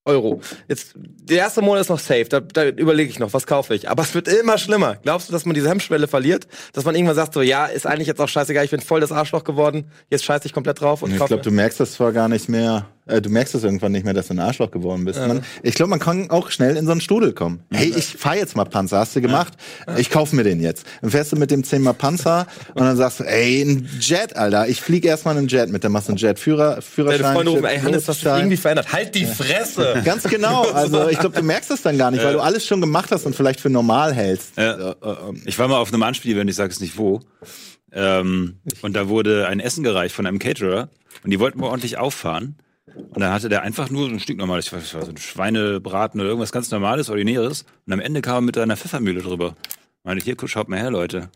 C: Euro. Jetzt der erste Monat ist noch safe, da, da überlege ich noch, was kaufe ich. Aber es wird immer schlimmer. Glaubst du, dass man diese Hemmschwelle verliert, dass man irgendwann sagt so, ja, ist eigentlich jetzt auch scheißegal, ich bin voll das Arschloch geworden, jetzt scheiße ich komplett drauf und
A: Ich
C: kaufe
A: glaube, du merkst das zwar gar nicht mehr, äh, du merkst es irgendwann nicht mehr, dass du ein Arschloch geworden bist. Man, ich glaube, man kann auch schnell in so einen Strudel kommen. Hey, ich fahr jetzt mal Panzer, hast du gemacht? Ich kauf mir den jetzt. Dann fährst du mit dem zehnmal Panzer und dann sagst du, ey, ein Jet, Alter. Ich flieg erstmal einen Jet mit, dann machst du einen Jet-Führer, Führerschein.
C: deine Freunde rufen,
A: Jet-
C: ey Hannes, was
A: Führerschein.
C: irgendwie verändert. Halt die Fresse.
A: Ganz genau. Also ich glaube, du merkst es dann gar nicht, weil du alles schon gemacht hast und vielleicht für normal hältst.
B: Ja.
C: äh, ähm.
B: Ich war mal auf einem Anspielevent, ich sage es nicht wo. Ähm, und da wurde ein Essen gereicht von einem Caterer und die wollten wir ordentlich auffahren. Und dann hatte der einfach nur so ein Stück normales, ich weiß, nicht, so ein Schweinebraten oder irgendwas ganz normales, ordinäres. Und am Ende kam er mit einer Pfeffermühle drüber. Meine ich, hier, guck, schaut mal her, Leute.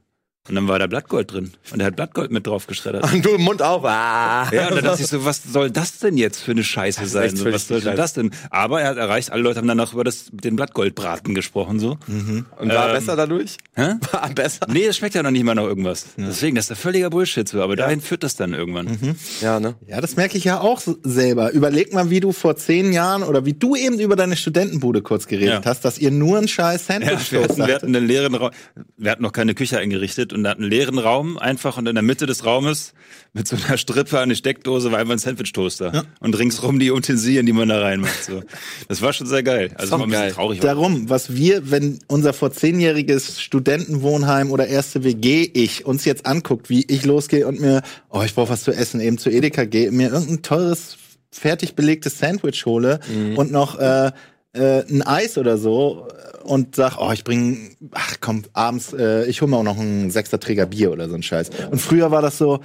B: Und dann war da Blattgold drin. Und er hat Blattgold mit drauf geschreddert.
C: Und du Mund auf. Ah.
B: Ja, und dann dachte ich so, was soll das denn jetzt für eine Scheiße sein?
C: echt
B: So,
C: völlig
B: was soll
C: bescheuert.
B: das denn? Aber er hat erreicht, alle Leute haben danach über das, den Blattgoldbraten gesprochen, so.
C: Und war
B: Ähm.
C: besser dadurch?
B: Hä?
C: War besser.
B: Nee, das schmeckt ja noch nicht mal nach irgendwas. Deswegen, das ist der völliger Bullshit, so. aber dahin führt das dann irgendwann.
C: Ja, ne?
A: Ja, das merke ich ja auch s- selber. Überleg mal, wie du vor zehn Jahren oder wie du eben über deine Studentenbude kurz geredet
B: Ja.
A: hast, dass ihr nur einen scheiß
B: Ja,
A: Sandwich
B: wir, hatten, wir
A: hattet.
B: hatten einen leeren Raum, wir hatten noch keine Küche eingerichtet und hatten einen leeren Raum einfach und in der Mitte des Raumes mit so einer Strippe, eine Steckdose war einfach ein Sandwich-Toaster und ringsrum die Utensilien, die man da reinmacht. So. Das war schon sehr geil. Also
C: Doch
B: war ein bisschen
C: geil.
B: traurig.
A: Darum, was wir, wenn unser vor zehnjähriges Studentenwohnheim oder erste WG ich uns jetzt anguckt, wie ich losgehe und mir, oh, ich brauche was zu essen, eben zu Edeka gehe, mir irgendein teures, fertig belegtes Sandwich hole
C: Mhm.
A: und noch äh, äh, ein Eis oder so und sag, oh, ich bring, ach komm, abends, äh, ich hole mir auch noch einen sechster Träger Bier oder so ein Scheiß. Und früher war das so,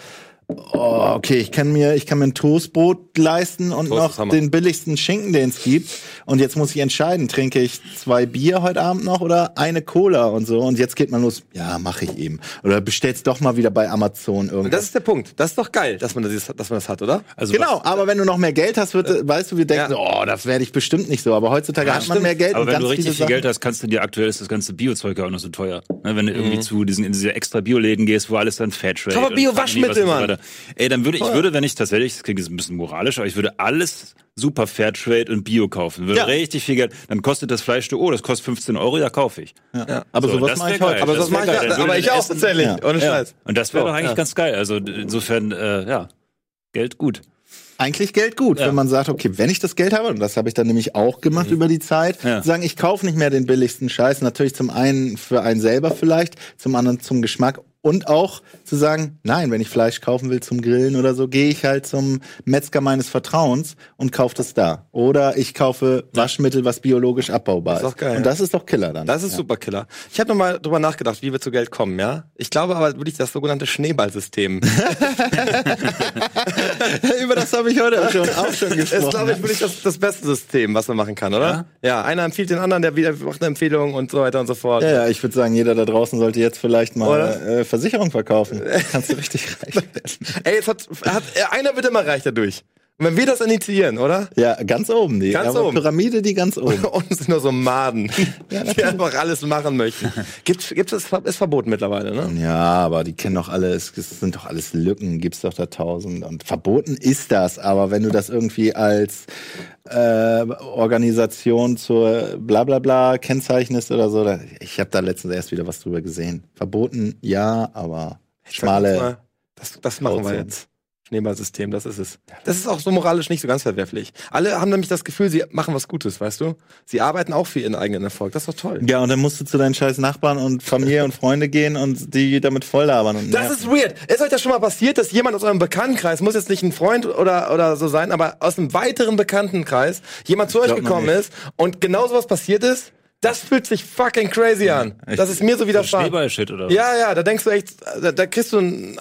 A: oh, okay, ich kann mir, ich kann mir ein Toastbrot leisten und
C: Toast ist
A: noch
C: Hammer.
A: den billigsten Schinken, den es gibt. Und jetzt muss ich entscheiden, trinke ich zwei Bier heute Abend noch oder eine Cola und so. Und jetzt geht man los, ja, mache ich eben. Oder bestellst doch mal wieder bei Amazon
C: Und das
A: irgendwas.
C: ist der Punkt. Das ist doch geil, dass man das, dass man das hat, oder?
B: Also
A: genau, aber wenn du noch mehr Geld hast, wird, weißt du, wir denken, oh, das werde ich bestimmt nicht so. Aber heutzutage hat man
C: stimmt.
A: mehr Geld
B: Aber
A: und
B: wenn
A: Äh, ganz
B: du richtig
A: viele
B: viel
A: Sachen.
B: Geld hast, kannst du dir aktuell ist das ganze Biozeug ja auch noch so teuer. Ne, wenn du irgendwie zu diesen in diese extra Bioläden gehst, wo alles dann Fairtrade.
C: Aber
B: und
C: Bio-Waschmittel,
B: Sachen, die was und
C: Mann.
B: weiter. Ey, dann würde ich würde, wenn ich tatsächlich, das klingt jetzt ein bisschen moralisch, aber ich würde alles super Fairtrade und Bio kaufen. Würde
A: Ja.
B: richtig viel Geld. Dann kostet das Fleischstück, oh, das kostet 15 Euro, ja kaufe ich.
A: Ja. Aber
B: So,
A: sowas
B: das
A: mache ich
B: wär
A: heute.
B: geil.
C: Aber
B: das
C: das mache ich,
B: wär geil.
C: ja,
B: Dann
C: aber
B: würde
C: ich auch
B: essen-
C: tatsächlich.
A: Ja.
C: Ohne
B: Ja.
C: Scheiß.
B: Und das wäre
C: So,
B: doch eigentlich
C: ja.
B: ganz geil. Also d- insofern, äh, ja, Geld gut.
A: eigentlich Geld gut, wenn man sagt, okay, wenn ich das Geld habe, und das habe ich dann nämlich auch gemacht
C: Mhm.
A: über die Zeit,
B: Ja.
A: sagen, ich kaufe nicht mehr den billigsten Scheiß. Natürlich zum einen für einen selber vielleicht, zum anderen zum Geschmack. Und auch zu sagen, nein, wenn ich Fleisch kaufen will zum Grillen oder so, gehe ich halt zum Metzger meines Vertrauens und kaufe das da. Oder ich kaufe Waschmittel, was biologisch abbaubar ist.
C: doch geil,
A: und das ist doch Killer dann.
C: Das ist super Killer. Ich habe nochmal drüber nachgedacht, wie wir zu Geld kommen, ja? Ich glaube aber wirklich das sogenannte Schneeballsystem.
A: über das habe ich heute auch schon, auch schon
C: ist, glaube
A: gesprochen. ne?
C: ich, wirklich das, das beste System, was man machen kann, oder? Ja, einer empfiehlt den anderen, der wieder macht eine Empfehlung und so weiter und so fort.
A: Ja, ja, ich würde sagen, jeder da draußen sollte jetzt vielleicht mal
C: Oder?
A: äh, Versicherung verkaufen. Kannst du richtig reich werden.
C: Ey, jetzt hat, hat einer wird immer reich dadurch. Und wenn wir das initiieren, oder?
A: Ja, ganz oben die.
C: Ganz
A: aber
C: oben.
A: Pyramide, die ganz oben.
C: Uns sind nur so Maden, die einfach alles machen möchten. Gibt gibt's das ist verboten mittlerweile, ne?
A: Ja, aber die kennen doch alle, es es sind doch alles Lücken, gibt's doch da tausend. Und verboten ist das, aber wenn du das irgendwie als äh, Organisation zur bla bla bla kennzeichnest oder so, da, ich habe da letztens erst wieder was drüber gesehen. Verboten, ja, aber
C: Sag
A: schmale.
C: mal, Das, das machen wir
A: Ozean.
C: jetzt. Schneeballsystem, das ist es. Das ist auch so moralisch nicht so ganz verwerflich. Alle haben nämlich das Gefühl, sie machen was Gutes, weißt du? Sie arbeiten auch für ihren eigenen Erfolg. Das ist doch toll.
A: Ja, und dann musst du zu deinen scheiß Nachbarn und Familie und Freunde gehen und die damit voll labern. Und
C: Das ist weird. Ist euch das schon mal passiert, dass jemand aus eurem Bekanntenkreis, muss jetzt nicht ein Freund oder, oder so sein, aber aus einem weiteren Bekanntenkreis jemand zu euch
A: glaub noch
C: gekommen
A: nicht.
C: ist und genau sowas passiert ist? Das fühlt sich fucking crazy an. Das ist mir so widerfahren.
B: Schneeball-Shit oder was?
C: Ja, ja, da denkst du echt, da, da kriegst du einen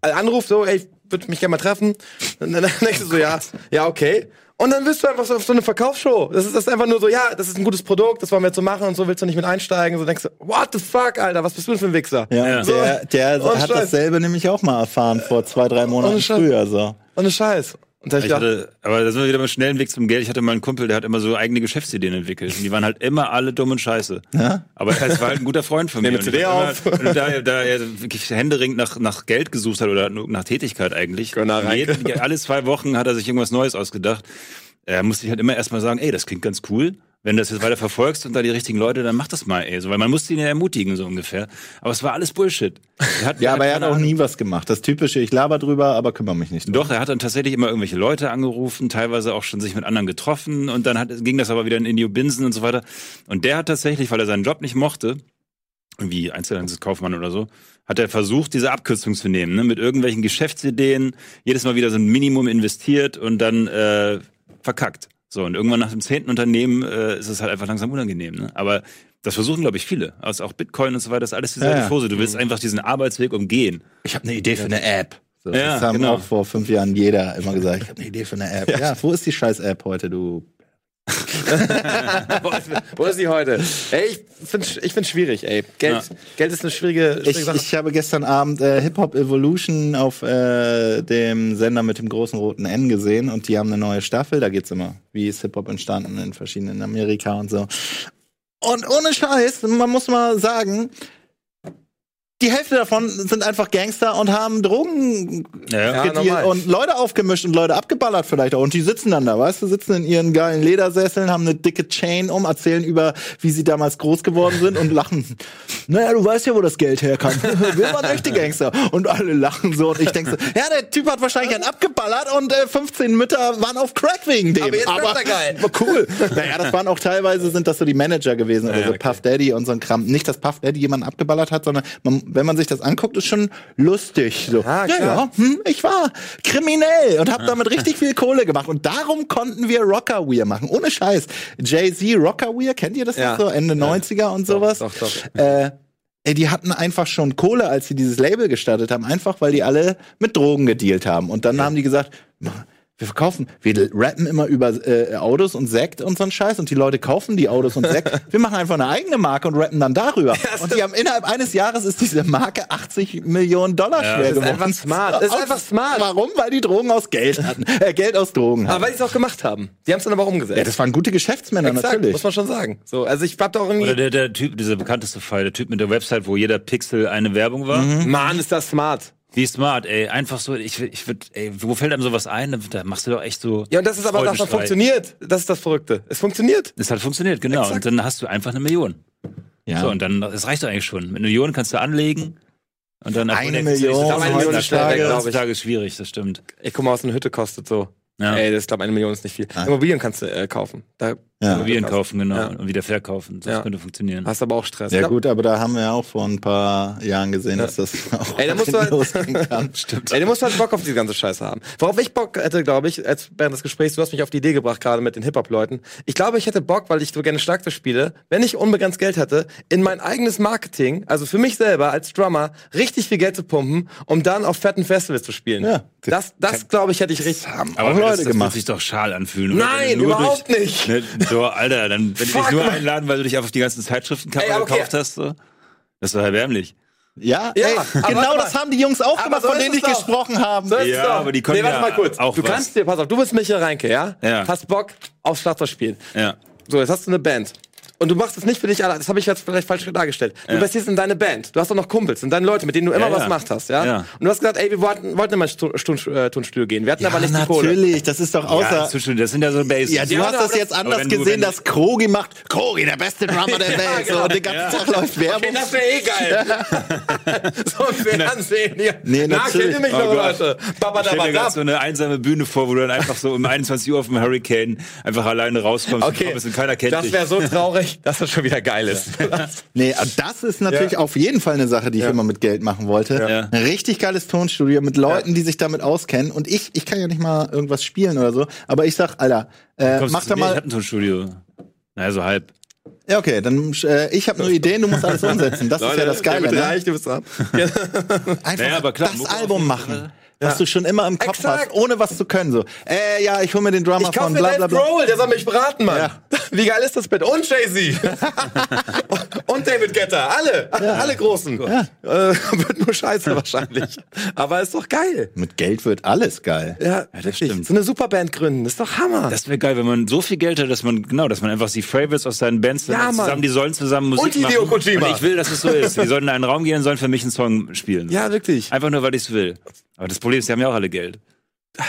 C: Anruf, so, ey, ich würde mich gerne mal treffen. Und dann denkst du so, ja,
A: Oh
C: ja, okay. Und dann wirst du einfach so auf so eine Verkaufsshow. Das ist, das ist einfach nur so, ja, das ist ein gutes Produkt, das wollen wir jetzt so machen und so willst du nicht mit einsteigen. So denkst du, what the fuck, Alter, was bist du denn für ein Wichser?
A: Ja,
B: Ja.
A: der, der
C: So. Und
A: hat
C: Oh, Scheiß.
A: dasselbe nämlich auch mal erfahren vor zwei, drei Monaten
C: Und Scheiß.
A: früher. So.
C: Ohne Scheiß. Und da hab ich
B: Ich
C: dachte,
B: hatte, aber da sind wir wieder beim schnellen Weg zum Geld. Ich hatte mal einen Kumpel, der hat immer so eigene Geschäftsideen entwickelt. Und die waren halt immer alle dumm und scheiße. Aber es war halt ein guter Freund von mir.
C: mit
B: Und ich
C: CD
B: hab
C: auf.
B: Immer, und da, da er wirklich händeringend nach, nach Geld gesucht hat oder nur nach Tätigkeit eigentlich.
C: Gönner rein.
B: Jeden, alle zwei Wochen hat er sich irgendwas Neues ausgedacht. Er musste ich halt immer erstmal sagen, ey, das klingt ganz cool. Wenn du das jetzt weiter verfolgst und da die richtigen Leute, dann mach das mal, ey. So, weil man musste ihn ja ermutigen, so ungefähr. Aber es war alles Bullshit. Er hat-
A: Ja, aber er hat
B: keine
A: auch
B: Ahnung.
A: nie was gemacht. Das typische, ich laber drüber, aber kümmere mich nicht. drum.
B: Doch, er hat dann tatsächlich immer irgendwelche Leute angerufen, teilweise auch schon sich mit anderen getroffen und dann hat, ging das aber wieder in Indio Binsen und so weiter. Und der hat tatsächlich, weil er seinen Job nicht mochte, irgendwie Einzelhandelskaufmann oder so, hat er versucht, diese Abkürzung zu nehmen, ne? mit irgendwelchen Geschäftsideen, jedes Mal wieder so ein Minimum investiert und dann äh, verkackt. So, und irgendwann nach dem zehnten Unternehmen äh, ist es halt einfach langsam unangenehm. Ne? Aber das versuchen, glaube ich, viele. Also auch Bitcoin und so weiter, das ist alles dieselbe
A: Ja, Mhm. ja.
B: Hose. Du willst einfach diesen Arbeitsweg umgehen.
A: Ich habe eine Idee für eine App. So,
B: Ja,
A: das haben
B: genau.
A: auch vor fünf Jahren jeder immer gesagt, ich habe eine Idee für eine App. Ja. wo ist die scheiß App heute, du?
C: wo ist sie heute? Ey, ich find's, ich find's schwierig, ey. Geld, Geld ist eine schwierige, schwierige
A: Ich,
C: Sache.
A: ich habe gestern Abend äh, Hip Hop Evolution auf äh, dem Sender mit dem großen roten N gesehen und die haben eine neue Staffel. Da geht's immer, wie ist Hip Hop entstanden in verschiedenen in Amerika und so. Und ohne Scheiß, man muss mal sagen, die Hälfte davon sind einfach Gangster und haben Drogen
B: Ja.
A: Deal
C: Ja, normal.
A: und Leute aufgemischt und Leute abgeballert vielleicht auch. Und die sitzen dann da, weißt du, sitzen in ihren geilen Ledersesseln, haben eine dicke Chain um, erzählen über, wie sie damals groß geworden sind und lachen. Naja, du weißt ja, wo das Geld herkam. Wir waren echte Gangster. Und alle lachen so. Und ich denke so, ja, der Typ hat wahrscheinlich einen abgeballert und äh, 15 Mütter waren auf Crack wegen dem.
C: Aber jetzt rappt er geil.
A: aber cool. Naja, das waren auch teilweise, sind das so die Manager gewesen oder
B: ja,
A: so
B: okay.
A: Puff Daddy und so ein Kram. Nicht, dass Puff Daddy jemanden abgeballert hat, sondern man, wenn man sich das anguckt, ist schon lustig. So.
C: Ah,
A: ja,
C: klar.
A: ja, hm, ich war kriminell und habe damit richtig viel Kohle gemacht. Und darum konnten wir Rocker Weir machen. Ohne Scheiß. Jay-Z Rocker Weir, kennt ihr das
C: Ja.
A: noch so? Ende 90er und sowas.
C: doch, doch.
A: Äh, ey, die hatten einfach schon Kohle, als sie dieses Label gestartet haben, einfach weil die alle mit Drogen gedealt haben. Und dann haben die gesagt, wir verkaufen, wir rappen immer über äh, Autos und Sekt und so'n Scheiß und die Leute kaufen die Autos und Sekt. Wir machen einfach eine eigene Marke und rappen dann darüber. und die haben innerhalb eines Jahres ist diese Marke 80 Millionen Dollar schwer
C: Das ist
A: geworden.
C: einfach smart. Das ist
A: Aus-
C: einfach smart.
A: Warum? Weil die Drogen aus Geld hatten. Äh, Geld aus Drogen hatten.
C: Aber weil die es auch gemacht haben. Die haben es dann aber auch umgesetzt.
A: ja, das waren gute Geschäftsmänner
C: Exakt,
A: natürlich.
C: muss man schon sagen. So, also ich hab da auch
B: Oder
C: irgendwie.
B: der, der Typ, dieser bekannteste Fall, der Typ mit der Website, wo jeder Pixel eine Werbung war.
C: Mann, ist das smart.
B: Wie smart, ey. Einfach so, ich, will- ich würde, ey, wo fällt einem sowas ein? Da machst du doch echt so.
C: Ja, und das ist aber, dass das
B: Freudenstreit.
C: funktioniert. Das ist das Verrückte. Es funktioniert.
B: Es hat funktioniert, genau. Und
C: Exakt.
B: dann hast du einfach eine Million.
A: Ja.
B: So, und dann, das reicht doch eigentlich schon. Mit einer Million kannst du anlegen. Und dann
A: Eine
B: obwohl, der-
A: Million
B: das ist heutzutage-
C: heutzutage, glaub ich.
B: heutzutage ist schwierig, das stimmt.
C: Ich guck mal, was eine Hütte kostet so.
B: Ja.
C: Ey, das glaube eine Million ist nicht viel. Immobilien kannst du äh, kaufen. Da
A: Ah. Ja.
B: Immobilien kaufen, genau.
C: Ja.
B: Und wieder verkaufen. Das
C: Ja.
B: könnte funktionieren.
C: hast du aber auch Stress.
A: Ja,
C: Ja.
A: gut, aber da haben wir auch vor ein paar Jahren gesehen, dass das auch
C: Ey, da musst du halt-
A: losgehen kann. Stimmt.
C: Ey, du musst halt Bock auf diese ganze Scheiße haben. Worauf ich Bock hätte, glaube ich, als während des Gesprächs, du hast mich auf die Idee gebracht, gerade mit den Hip-Hop-Leuten. Ich glaube, ich hätte Bock, weil ich so gerne Schlagzeug spiele, wenn ich unbegrenzt Geld hätte, in mein eigenes Marketing, also für mich selber als Drummer, richtig viel Geld zu pumpen, um dann auf fetten Festivals zu spielen.
A: Ja.
C: Das, das glaube ich, hätte ich richtig.
A: haben
B: Aber
A: auch
B: das,
A: Leute
B: das muss
A: gemacht.
B: sich doch schal anfühlen. oder?
C: Nein,
B: Wenn du nur
C: überhaupt nicht.
B: Ne, so, Alter, dann wenn die
C: Fuck,
B: dich nur
C: Mann.
B: einladen, weil du dich einfach die ganzen Zeitschriften
C: Ey, aber okay.
B: gekauft hast. So. Das ist doch erbärmlich.
A: Ja,
C: Ja,
A: ey,
C: aber
A: genau
C: warte
A: das
C: mal.
A: haben die Jungs auch
C: Aber
A: gemacht,
C: so
A: von
C: ist
A: denen
C: es
A: ich
C: doch.
A: gesprochen haben.
C: So ist
B: Ja,
C: es doch.
B: aber die können
C: nee, warte
B: ja
C: mal kurz.
B: auch
C: du
B: was.
C: kannst dir, pass auf, du bist Michael Reinke, ja?
B: Ja.
C: Hast Bock aufs Schlagzeug spielen.
B: Ja.
C: So, jetzt hast du eine Band. Und du machst es nicht für dich allein. Das habe ich jetzt vielleicht falsch dargestellt. Du investierst in deine Band. Du hast auch noch Kumpels und deine Leute, mit denen du immer
B: Ja,
C: was
B: ja.
C: gemacht hast, ja?
B: Ja.
C: Und du hast gesagt, ey, wir wollten, wollten immer ins Stu- Stu- äh, Tonstudio gehen. Wir hatten aber nicht die Kohle.
A: natürlich, das ist doch
B: ja,
A: außer.
B: das, ist schon, das sind ja so Basics.
A: Ja, du
C: Ja,
A: hast
C: aber
A: das
C: das-
A: jetzt
B: aber
A: anders
B: wenn du-
A: gesehen,
B: wenn-
A: dass Krogi macht, Krogi, der beste Drummer
C: genau,
A: der Welt. So, und den ganzen Tag läuft Werbung.
C: Das wäre eh geil. so im Fernsehen hier.
A: Nee,
C: Na, kennt
A: natürlich.
C: ihr mich
B: Oh
C: noch,
B: Gott.
C: Leute? Baba
B: Ich
C: da,
B: stell mir
C: da,
B: gerade so eine einsame Bühne vor, wo du dann einfach so um 21 Uhr auf dem Hurricane einfach alleine rauskommst und,
C: Okay,
B: kommst und keiner kennt
C: das
B: dich.
C: wäre so traurig, dass das schon wieder geil ist.
A: Nee, aber das ist natürlich
C: Ja.
A: auf jeden Fall eine Sache, die ich immer mit Geld machen wollte.
B: Ja.
A: Ein richtig geiles Tonstudio mit Leuten, die sich damit auskennen. Und ich, ich kann ja nicht mal irgendwas spielen oder so. Aber ich sag, Alter, äh,
B: Kommst
A: mach
B: du
A: da
B: zu mir? Ich
A: mal.
B: hab ein Tonstudio. Naja, so halb.
A: Ja, okay, dann äh, ich habe nur Ideen, du musst alles umsetzen. Das ist ja das Geile.
C: Mit
A: Ne?
C: reich, du bist ab.
A: Einfach
B: Naja, aber klar,
A: das
B: Mucke
A: Album machen. Was du schon immer im Kopf
C: Exakt.
A: hast, ohne was zu können. So, äh, ja, ich hol mir den Drummer
C: Ich kaufe
A: von
C: mir
A: bla bla
C: Dave
A: bla.
C: Grohl, der soll mich beraten, Mann.
A: Ja.
C: Wie geil ist das bitte? Und Jay-Z. und David Guetta. Alle. Alle Großen. Äh, wird nur scheiße wahrscheinlich. Aber ist doch geil.
A: Mit Geld wird alles geil.
C: Ja,
B: das
C: richtig.
B: stimmt.
C: So eine Superband gründen, ist doch Hammer.
B: Das wäre geil, wenn man so viel Geld hat, dass man, genau, dass man einfach die Favorites aus seinen Bands
C: Ja,
B: dann
C: Mann.
B: zusammen, die sollen zusammen Musik
C: Und Hideo
B: machen.
C: Kojima.
B: Und ich will, dass es so ist. Die sollen in einen Raum gehen und sollen für mich einen Song spielen.
C: ja, wirklich.
B: Einfach nur, weil ich es will. Aber das Problem ist, die haben ja auch alle Geld.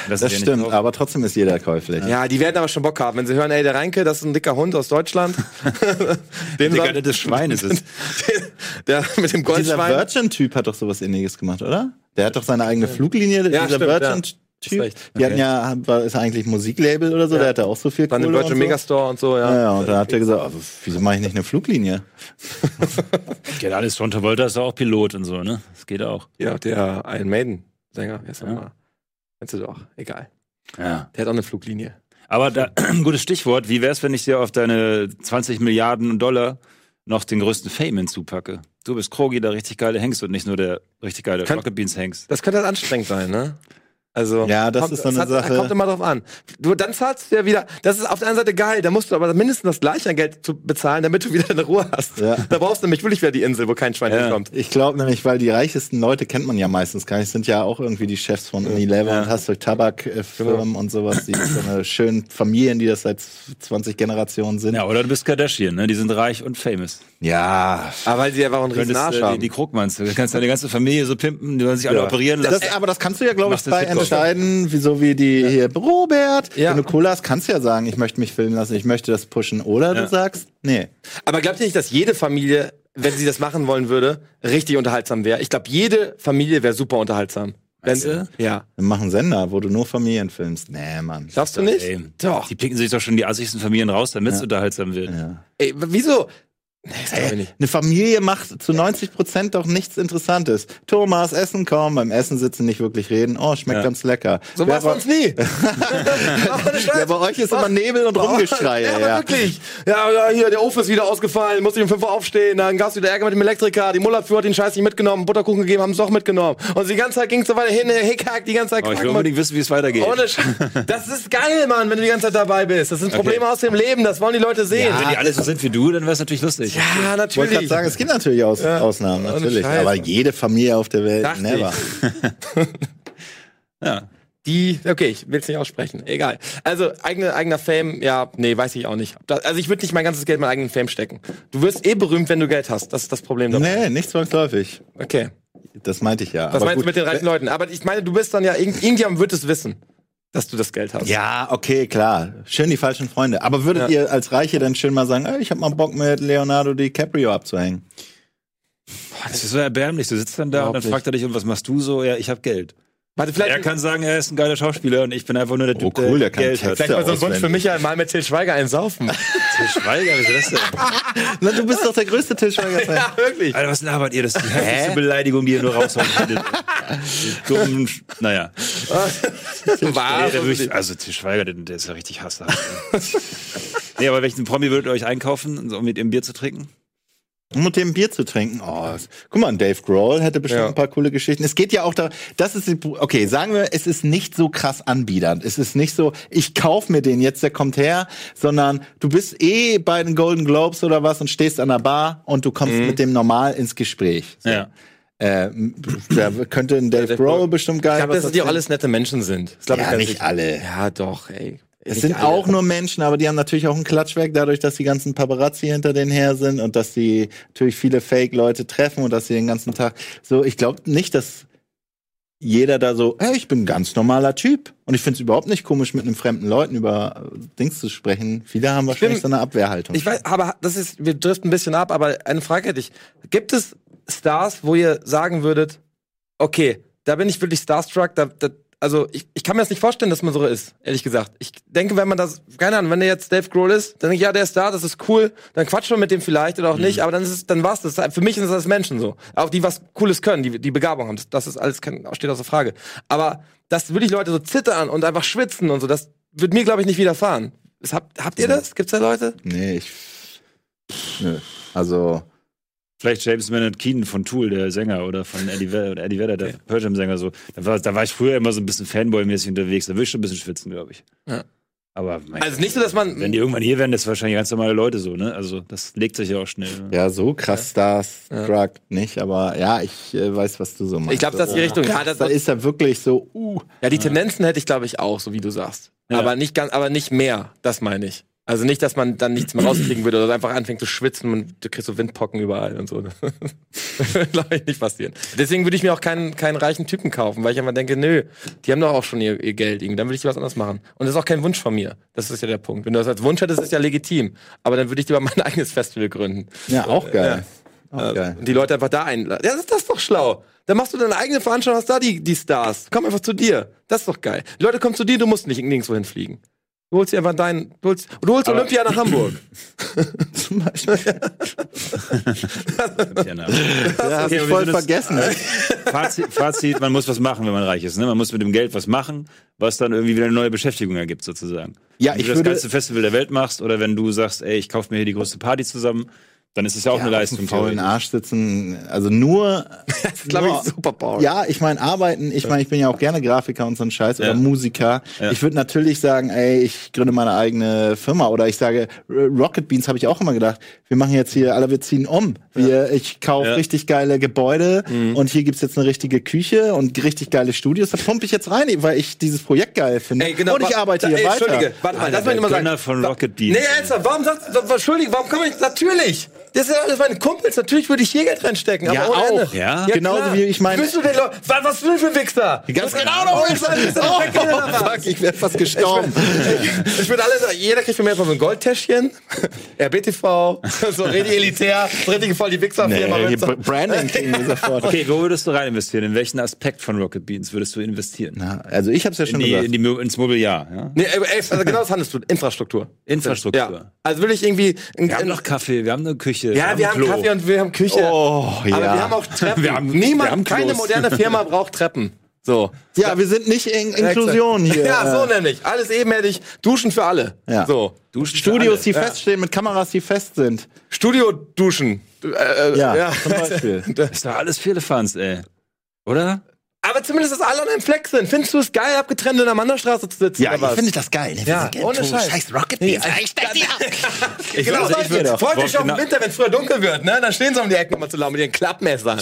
A: Das
B: ist ja
A: stimmt,
B: Nicht drauf.
A: aber trotzdem ist jeder käuflich.
C: Ja, die werden aber schon Bock haben, wenn sie hören, ey, der Reinke, das ist ein dicker Hund aus Deutschland. Den
B: Digga,
C: soll-
B: das Schwein ist es.
C: der mit dem
A: Dieser
C: Goldschwein.
A: Virgin-Typ hat doch sowas ähnliches gemacht, oder? Der hat doch seine eigene Fluglinie, dieser
C: Ja, stimmt, ja. Hast
A: Virgin-Typ.
C: recht.
A: Die hatten ja, war, ist eigentlich ein Musiklabel oder so, der hatte auch so viel
C: Dann den
A: Kohle
C: Virgin
A: und so.
C: Megastore und so, ja.
A: Ja, ja, und dann hat er gesagt, also, wieso mache ich nicht eine Fluglinie?
B: Geht alles. John Travolta ist ja auch Pilot und so, ne? Das geht auch.
C: Ja, der Iron Maiden-Sänger, wer ist ja. mal. Kennst du doch, egal.
B: Ja.
C: Der hat auch eine Fluglinie.
B: Aber da, gutes Stichwort. Wie wär's, wenn ich dir auf deine 20 Milliarden Dollar noch den größten Fame hinzupacke? Du bist Krogi, der richtig geile Hengst und nicht nur der richtig geile
C: Kann-
B: Rocket Beans Hengst.
C: Das könnte halt anstrengend sein, ne? Also,
A: Ja, das ist so eine
C: es hat,
A: Sache.
C: Kommt immer drauf an. Du, dann zahlst du ja wieder, das ist auf der einen Seite geil, da musst du aber mindestens das gleiche an Geld zu bezahlen, damit du wieder eine Ruhe hast.
A: Ja.
C: Da brauchst du nämlich wirklich wieder die Insel, wo kein Schwein
B: Ja.
C: hinkommt.
A: Ich glaube nämlich, weil die reichesten Leute kennt man ja meistens gar nicht, sind ja auch irgendwie die Chefs von Unilever und hast du Tabakfirmen und sowas, die so eine schönen Familien, die das seit 20 Generationen sind.
B: Ja, oder du bist Kardashian, ne? Die sind reich und famous.
A: Ja,
C: Aber weil sie einfach einen riesen
B: Könntest,
C: Arsch
B: äh, die,
C: haben.
B: die Krugmanns, du kannst deine ganze Familie so pimpen, die wollen sich alle
C: Ja.
B: operieren lassen.
A: Das, aber das kannst du ja, glaube ich,
B: Macht das
A: bei
B: Hitchcock.
A: entscheiden, wie, so wie die hier, Robert,
C: Ja.
A: wenn du Cola hast, kannst du ja sagen, ich möchte mich filmen lassen, ich möchte das pushen. Oder
B: Ja.
A: du sagst, nee.
C: Aber glaubt ihr nicht, dass jede Familie, wenn sie das machen wollen würde, richtig unterhaltsam wäre? Ich glaube, jede Familie wäre super unterhaltsam. Wenn,
B: Meinst du?
C: Ja.
A: Wir machen Sender, wo du nur Familien filmst. Nee, Mann.
C: Glaubst du nicht?
B: Ey,
C: Doch.
B: Die picken sich doch schon die assigsten Familien raus, damit es unterhaltsam wird.
A: Ja.
C: Ey, wieso? das glaub ich nicht.
A: Eine Familie macht zu 90 Prozent doch nichts Interessantes. Thomas, Essen kommen, beim Essen sitzen, nicht wirklich reden. Oh, schmeckt ganz lecker.
C: So
A: Wer
C: war es bei uns nie. Ach, ohne Scheiß.
A: Ja, bei euch ist immer Nebel und Rumgeschrei.
C: Ja,
A: Ja,
C: aber wirklich. Ja, ja, hier, der Ofen ist wieder ausgefallen, musste ich um 5 Uhr aufstehen, dann gab's wieder Ärger mit dem Elektriker, die Mullerführer hat den Scheiß nicht mitgenommen, Butterkuchen gegeben, haben's doch mitgenommen. Und die ganze Zeit ging's so weiter hin, hickhack, die ganze Zeit
B: Aber Oh, ich will
C: quack,
B: unbedingt wissen, wie es weitergeht.
C: Ohne Scheiß. Das ist geil, Mann, wenn du die ganze Zeit dabei bist. Das sind Probleme aus dem Leben, das wollen die Leute sehen.
B: Wenn die alle so sind wie du, dann wäre es natürlich lustig.
C: ja,
A: Ich wollte gerade
C: natürlich.
A: sagen, es gibt natürlich Aus Ausnahmen,
C: ohne
A: natürlich.
C: Scheiß.
A: Aber jede Familie auf der Welt,
C: Dachte
A: never.
B: Ja.
C: Die, okay, ich will's nicht aussprechen. Egal. Also eigene, eigener Fame, ja, nee, weiß ich auch nicht. Da- also ich würde nicht mein ganzes Geld in meinen eigenen Fame stecken. Du wirst eh berühmt, wenn du Geld hast. Das ist das Problem dabei.
A: Nee, nicht zwangsläufig.
C: Okay.
A: Das meinte ich ja.
C: Was
A: Aber
C: meinst
A: gut.
C: du mit den reichen Leuten? Aber ich meine, du bist dann ja, irgend, irgendjemand wird es wissen, dass du das Geld hast.
A: Ja, okay, klar. Schön die falschen Freunde. Aber würdet
C: Ja.
A: ihr als Reiche dann schön mal sagen, ey, ich hab mal Bock mit Leonardo DiCaprio abzuhängen?
B: Boah, das ist so erbärmlich. Du sitzt dann da und dann
C: Überhaupt
B: fragt er dich, und was machst du so? Ja, ich habe Geld.
C: Warte, vielleicht,
B: Er kann sagen, er ist ein geiler Schauspieler und ich bin einfach nur der Typ,
A: cool, der
B: Oh, der
A: kann
B: Geld hat.
A: Texte
C: vielleicht mal so ein Wunsch für
A: auswendig.
C: Michael, mal mit Till Schweiger einen saufen.
B: Till Schweiger, was ist das denn?
A: Na, du bist doch der größte Tischweiger.
C: ja, wirklich.
B: Alter, was labert ihr? Das ist die heftigste Beleidigung, die ihr nur raushauen könntet. Die Dummen, Sch- naja.
C: War
B: Nee, der wirklich, also Til Schweiger, der, der ist ja richtig Hasser. nee, aber welchen Promi würdet ihr euch einkaufen, so, um mit ihm Bier zu trinken?
A: Um mit dem Bier zu trinken. Oh, das- guck mal, Dave Grohl hätte bestimmt
C: Ja.
A: ein paar coole Geschichten. Es geht ja auch da, das ist die, okay, sagen wir, es ist nicht so krass anbiedernd. Es ist nicht so, ich kauf mir den jetzt, der kommt her, sondern du bist eh bei den Golden Globes oder was und stehst an der Bar und du kommst
C: Mhm.
A: mit dem normal ins Gespräch.
B: Ja.
A: Ähm, da könnte ein Dave,
C: Dave
A: Grohl,
C: Grohl.
A: bestimmt geil.
C: Ich glaube,
A: was
C: dass die auch
A: erzählen.
C: alles nette Menschen sind. Das glaub ich
A: Ja,
C: ganz
A: nicht
C: sicher.
A: alle.
C: Ja, doch, ey.
A: Es sind auch nur Menschen, aber die haben natürlich auch ein Klatschwerk dadurch, dass die ganzen Paparazzi hinter denen her sind und dass die natürlich viele Fake-Leute treffen und dass sie den ganzen Tag so. Ich glaube nicht, dass jeder da so, hey, ich bin ein ganz normaler Typ und ich finde es überhaupt nicht komisch, mit einem fremden Leuten über äh, Dings zu sprechen. Viele haben wahrscheinlich so eine Abwehrhaltung.
C: Ich weiß, aber das ist, wir driften ein bisschen ab, aber eine Frage hätte ich. Gibt es Stars, wo ihr sagen würdet, okay, da bin ich wirklich starstruck, da, da, also ich, ich kann mir das nicht vorstellen, dass man so ist, ehrlich gesagt. Ich denke, wenn man das, keine Ahnung, wenn der jetzt Dave Grohl ist, dann denke ich, ja, der ist da, das ist cool, dann quatscht man mit dem vielleicht oder auch nicht, aber dann ist es, dann war's das. Für mich sind das Menschen so. Auch die was Cooles können, die, die Begabung haben, das ist alles, kein- steht außer Frage. Aber, dass wirklich Leute so zittern und einfach schwitzen und so, das wird mir, glaube ich, nicht widerfahren. Das Habt, habt ihr das? Gibt's da Leute?
A: nee, ich. Nö. Also,
B: Vielleicht James Maynard Keenan von Tool, der Sänger, oder von Eddie Vedder, oder Eddie Vedder der Pearl Jam-Sänger. So. Da, war, da war ich früher immer so ein bisschen Fanboy-mäßig unterwegs. Da würde ich schon ein bisschen schwitzen, glaube ich.
C: Ja.
B: Aber mein
C: Also nicht so, dass man.
B: wenn die irgendwann hier wären, das sind wahrscheinlich ganz normale Leute so, ne? Also das legt sich ja auch schnell. ne?
A: ja, so krass Stars Drug nicht, aber ja, ich äh, weiß, was du so meinst.
C: ich glaube, das ist die Richtung. Ja, das,
A: da ist er wirklich so, uh.
C: ja die Tendenzen hätte ich, glaube ich, auch, so wie du sagst.
B: Ja.
C: Aber nicht ganz, aber nicht mehr, das meine ich. Also nicht, dass man dann nichts mehr rauskriegen würde oder einfach anfängt zu schwitzen und du kriegst so Windpocken überall und so. Das würde, glaube ich, nicht passieren. Deswegen würde ich mir auch keinen, keinen reichen Typen kaufen, weil ich einfach denke, nö, die haben doch auch schon ihr, ihr Geld irgendwie, dann würde ich was anderes machen. Und das ist auch kein Wunsch von mir. Das ist ja der Punkt. Wenn du das als Wunsch hättest, ist ja legitim. Aber dann würde ich lieber mein eigenes Festival gründen.
A: Ja, auch geil. Auch geil.
C: Und die Leute einfach da einladen. Ja, das ist das ist doch schlau. Dann machst du deine eigene Veranstaltung, hast da die, die Stars. Komm einfach zu dir. Das ist doch geil. Die Leute kommen zu dir, du musst nicht nirgendwo hinfliegen. Du holst dir einfach deinen. Du holst, du holst
B: Aber-
C: Olympia nach Hamburg.
A: Zum Beispiel.
B: Ja,
A: Ja, hab
B: na. Okay,
A: ich
B: aber wir
A: voll
B: sind jetzt-
A: vergessen.
B: Fazit, Fazit, man muss was machen, wenn man reich ist. Ne? Man muss mit dem Geld was machen, was dann irgendwie wieder eine neue Beschäftigung ergibt, sozusagen.
A: Ja,
B: wenn
A: ich
B: du das
A: würde-
B: ganze Festival der Welt machst oder wenn du sagst, ey, ich kaufe mir hier die größte Party zusammen, dann ist es ja auch eine Leistung.
A: faulen
B: theoretisch.
A: Arsch sitzen, also nur. das
C: glaub ich, Superpower.
A: Ja, ich meine, arbeiten, ich meine, ich bin ja auch gerne Grafiker und so ein Scheiß oder
B: Ja.
A: Musiker. Ich würde natürlich sagen, ey, ich gründe meine eigene Firma oder ich sage, R- Rocket Beans habe ich auch immer gedacht, wir machen jetzt hier, alle wir ziehen um. Wir, ich kaufe
B: Ja. Mhm.
A: richtig geile Gebäude und hier gibt's jetzt eine richtige Küche und richtig geile Studios. Da pumpe ich jetzt rein, weil ich dieses Projekt geil finde. und ich
C: genau, wa-
A: arbeite hier
C: da- ey,
A: weiter.
C: Entschuldige, warte mal,
B: Alter,
C: das wollte ich mal
B: der
C: sagen.
B: Gönner von Rocket Beans.
C: Nee, ernsthaft, warum sagst du, entschuldige, warum kann man nicht, natürlich. Das sind alles meine Kumpels, natürlich würde ich hier Geld reinstecken,
A: Ja,
C: aber ohne
A: auch,
C: Ende.
B: ja.
A: Genauso
C: klar.
A: wie ich meine-
C: Bist du denn, Leute, was, was für ein Wichser?
A: Ganz
C: Das ist genau noch Wichser, Wichser, Wichser,
A: Oh,
C: Wichser.
A: fuck, ich wäre fast gestorben.
C: Ich, ich würde alle sagen, jeder kriegt von mir einfach so ein Goldtäschchen, RBTV, so richtig elitär, so richtig voll die Wichserfirma.
A: Nee,
C: mit so-
A: hier Branding kriegen wir sofort.
B: Okay, wo würdest du rein investieren? In welchen Aspekt von Rocket Beans würdest du investieren?
A: Na, also ich habe es ja schon
B: In die,
A: gesagt.
C: äh,
B: in die, Mo- ins Mobiliar, ja?
C: Nee, ey, also genau das handelst du, Infrastruktur.
B: Infrastruktur.
C: Ja. Also will ich irgendwie. Ein,
B: Wir haben noch Kaffee, wir haben eine Küche.
C: ja, wir haben
B: Klo.
C: Kaffee und wir haben Küche.
A: Oh, ja.
C: Aber wir haben auch Treppen.
B: Wir haben-
C: Niemand,
B: wir haben
C: keine
B: Klos.
C: moderne Firma braucht Treppen. So.
A: ja, wir sind nicht in Inklusion hier.
C: Ja, so nämlich. Alles ebenmäßig. Duschen für alle.
A: Ja.
C: So.
B: Duschen für
A: Studios, die
B: alle.
A: feststehen, mit Kameras, die fest sind.
C: Studio-Duschen. Äh, äh,
A: Ja, zum Beispiel.
B: Ist doch alles Firlefanz, ey. Oder?
C: Aber zumindest, dass alle an einem Fleck sind. Findest du es geil, abgetrennt in der Manderstraße zu sitzen? oder was?
A: das geil. Ne?
C: Ja, ohne Scheiß.
A: Rocket
C: Ja,
A: ich steig die ab.
B: Ich weiß-
C: Genau, also
A: also
C: ich
A: ich würd auch-
C: freut dich auf den
B: genau-
C: Winter, wenn es früher dunkel wird, ne? Dann stehen sie um die Ecke nochmal zu laufen mit ihren Klappmessern.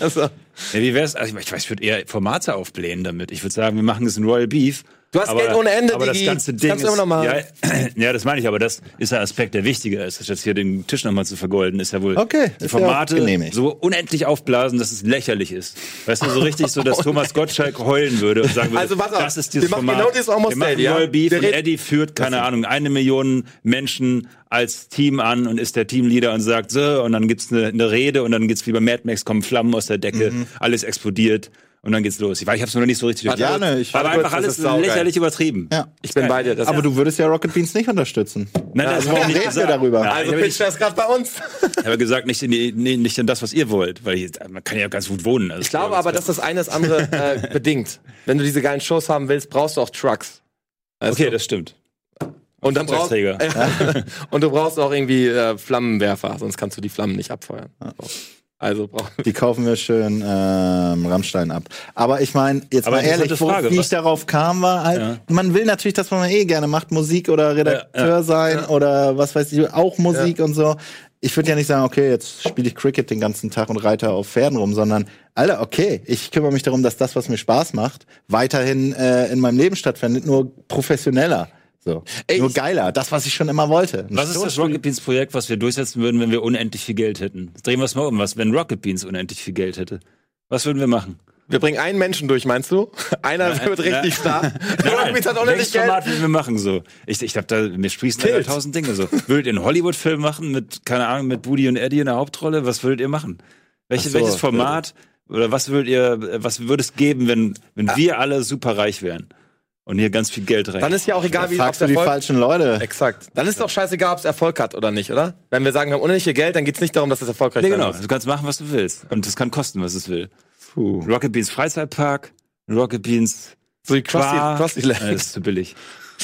C: also,
B: Ja, wie wär's? Also ich, ich weiß, ich würde eher Formate aufblähen damit. Ich würde sagen, wir machen das in Royal Beef.
C: Du hast Geld ohne Ende,
B: aber das
C: Digi.
B: ganze
C: Das
B: Ding
C: kannst du immer noch machen.
B: ist, ja, ja, das meine ich, aber das ist der Aspekt, der wichtiger ist. Das jetzt hier den Tisch nochmal zu vergolden, ist ja wohl
A: Okay,
B: die
A: ist ja auch
B: Formate
A: genehmigt.
B: so unendlich aufblasen, dass es lächerlich ist. Weißt du, so richtig so, dass Thomas Gottschalk heulen würde und sagen würde,
C: Also, pass auf,
B: das ist dieses
C: wir machen
B: Format.
C: genau dieses Almost
B: wir machen
C: Daily, ja?
B: Royal Beef
C: Wir
B: und
C: reden-
B: Eddie führt, keine Ahnung, eine Million Menschen als Team an und ist der Teamleader und sagt so und dann gibt's eine, eine Rede und dann geht's wie bei Mad Max, kommen Flammen aus der Decke, alles explodiert und dann geht's los. Ich weiß, ich hab's noch nicht so richtig
A: Ja, ne, ich-
B: aber
C: Mhm. warte
B: einfach
C: kurz, das
B: alles
C: ist saugeil.
B: lächerlich übertrieben.
A: Ja.
C: ich bin bei dir. Das
A: Aber du würdest ja Rocket Beans nicht unterstützen.
B: Nein, Ne, das
A: warum
B: war nicht
A: reden wir
B: gesagt.
A: darüber?
B: Nein,
C: also
B: ich hab
C: pitch das gerade bei uns.
B: ich habe gesagt, nicht in, die, nee, nicht in das, was ihr wollt, weil hier, man kann ja ganz gut wohnen. Also
C: Ich glaube aber, dass das eine das andere äh, bedingt. Wenn du diese geilen Shows haben willst, brauchst du auch Trucks. Weißt
B: Okay,
C: du?
B: das stimmt.
C: und, dann brauchst,
B: Flugzeugträger.
C: und du brauchst auch irgendwie äh, Flammenwerfer, sonst kannst du die Flammen nicht abfeuern. So. Also brauch,
A: Die kaufen wir schön ähm, Rammstein ab. Aber ich meine, jetzt
B: Aber
A: mal ehrlich,
B: interessante
A: wo,
B: Frage,
A: wie
B: was-
A: ich darauf kam, war halt,
B: Ja.
A: man will natürlich, dass man eh gerne macht, Musik oder Redakteur
B: Ja, ja,
A: sein oder was weiß ich, auch Musik und so. Ich würde ja nicht sagen, okay, jetzt spiele ich Cricket den ganzen Tag und reite auf Pferden rum, sondern Alter, okay, ich kümmere mich darum, dass das, was mir Spaß macht, weiterhin äh, in meinem Leben stattfindet, nur professioneller. So.
C: Ey,
A: nur
C: ich-
A: geiler, das, was ich schon immer wollte. Ein
B: Was ist das Rocket Beans Projekt, was wir durchsetzen würden, wenn wir unendlich viel Geld hätten? Drehen wir es mal um. Was, wenn Rocket Beans unendlich viel Geld hätte? Was würden wir machen?
C: wir bringen einen Menschen durch, meinst du? Einer wird
B: nein.
C: richtig stark. Rockbeats hat unendlich
B: welches
C: Geld.
B: Format würden wir machen so? Ich, ich glaube, da mir sprießen da
C: Tilt.
B: tausend Dinge so. Würdet ihr einen Hollywood-Film machen mit, keine Ahnung, mit Woody und Eddie in der Hauptrolle? Was würdet ihr machen? Welche,
A: Ach so,
B: welches Format oder was würdet ihr, was würde es geben, wenn, wenn wir alle superreich wären und hier ganz viel Geld rein?
C: Dann ist ja auch egal, wie
A: Fragst du die
C: Erfolg-
A: falschen Leute.
C: Exakt. Dann ist doch scheißegal, ob es Erfolg hat oder nicht, oder? Wenn wir sagen, wir haben unendliche Geld, dann geht's nicht darum, dass es erfolgreich
B: Nee,
C: sein
B: genau.
C: muss.
B: Du kannst machen, was du willst. Und das kann kosten, was es will.
A: Puh.
B: Rocket Beans Freizeitpark, Rocket Beans
C: So wie Crossy,
B: Bar.
C: Crossy
B: Äh, das ist zu billig.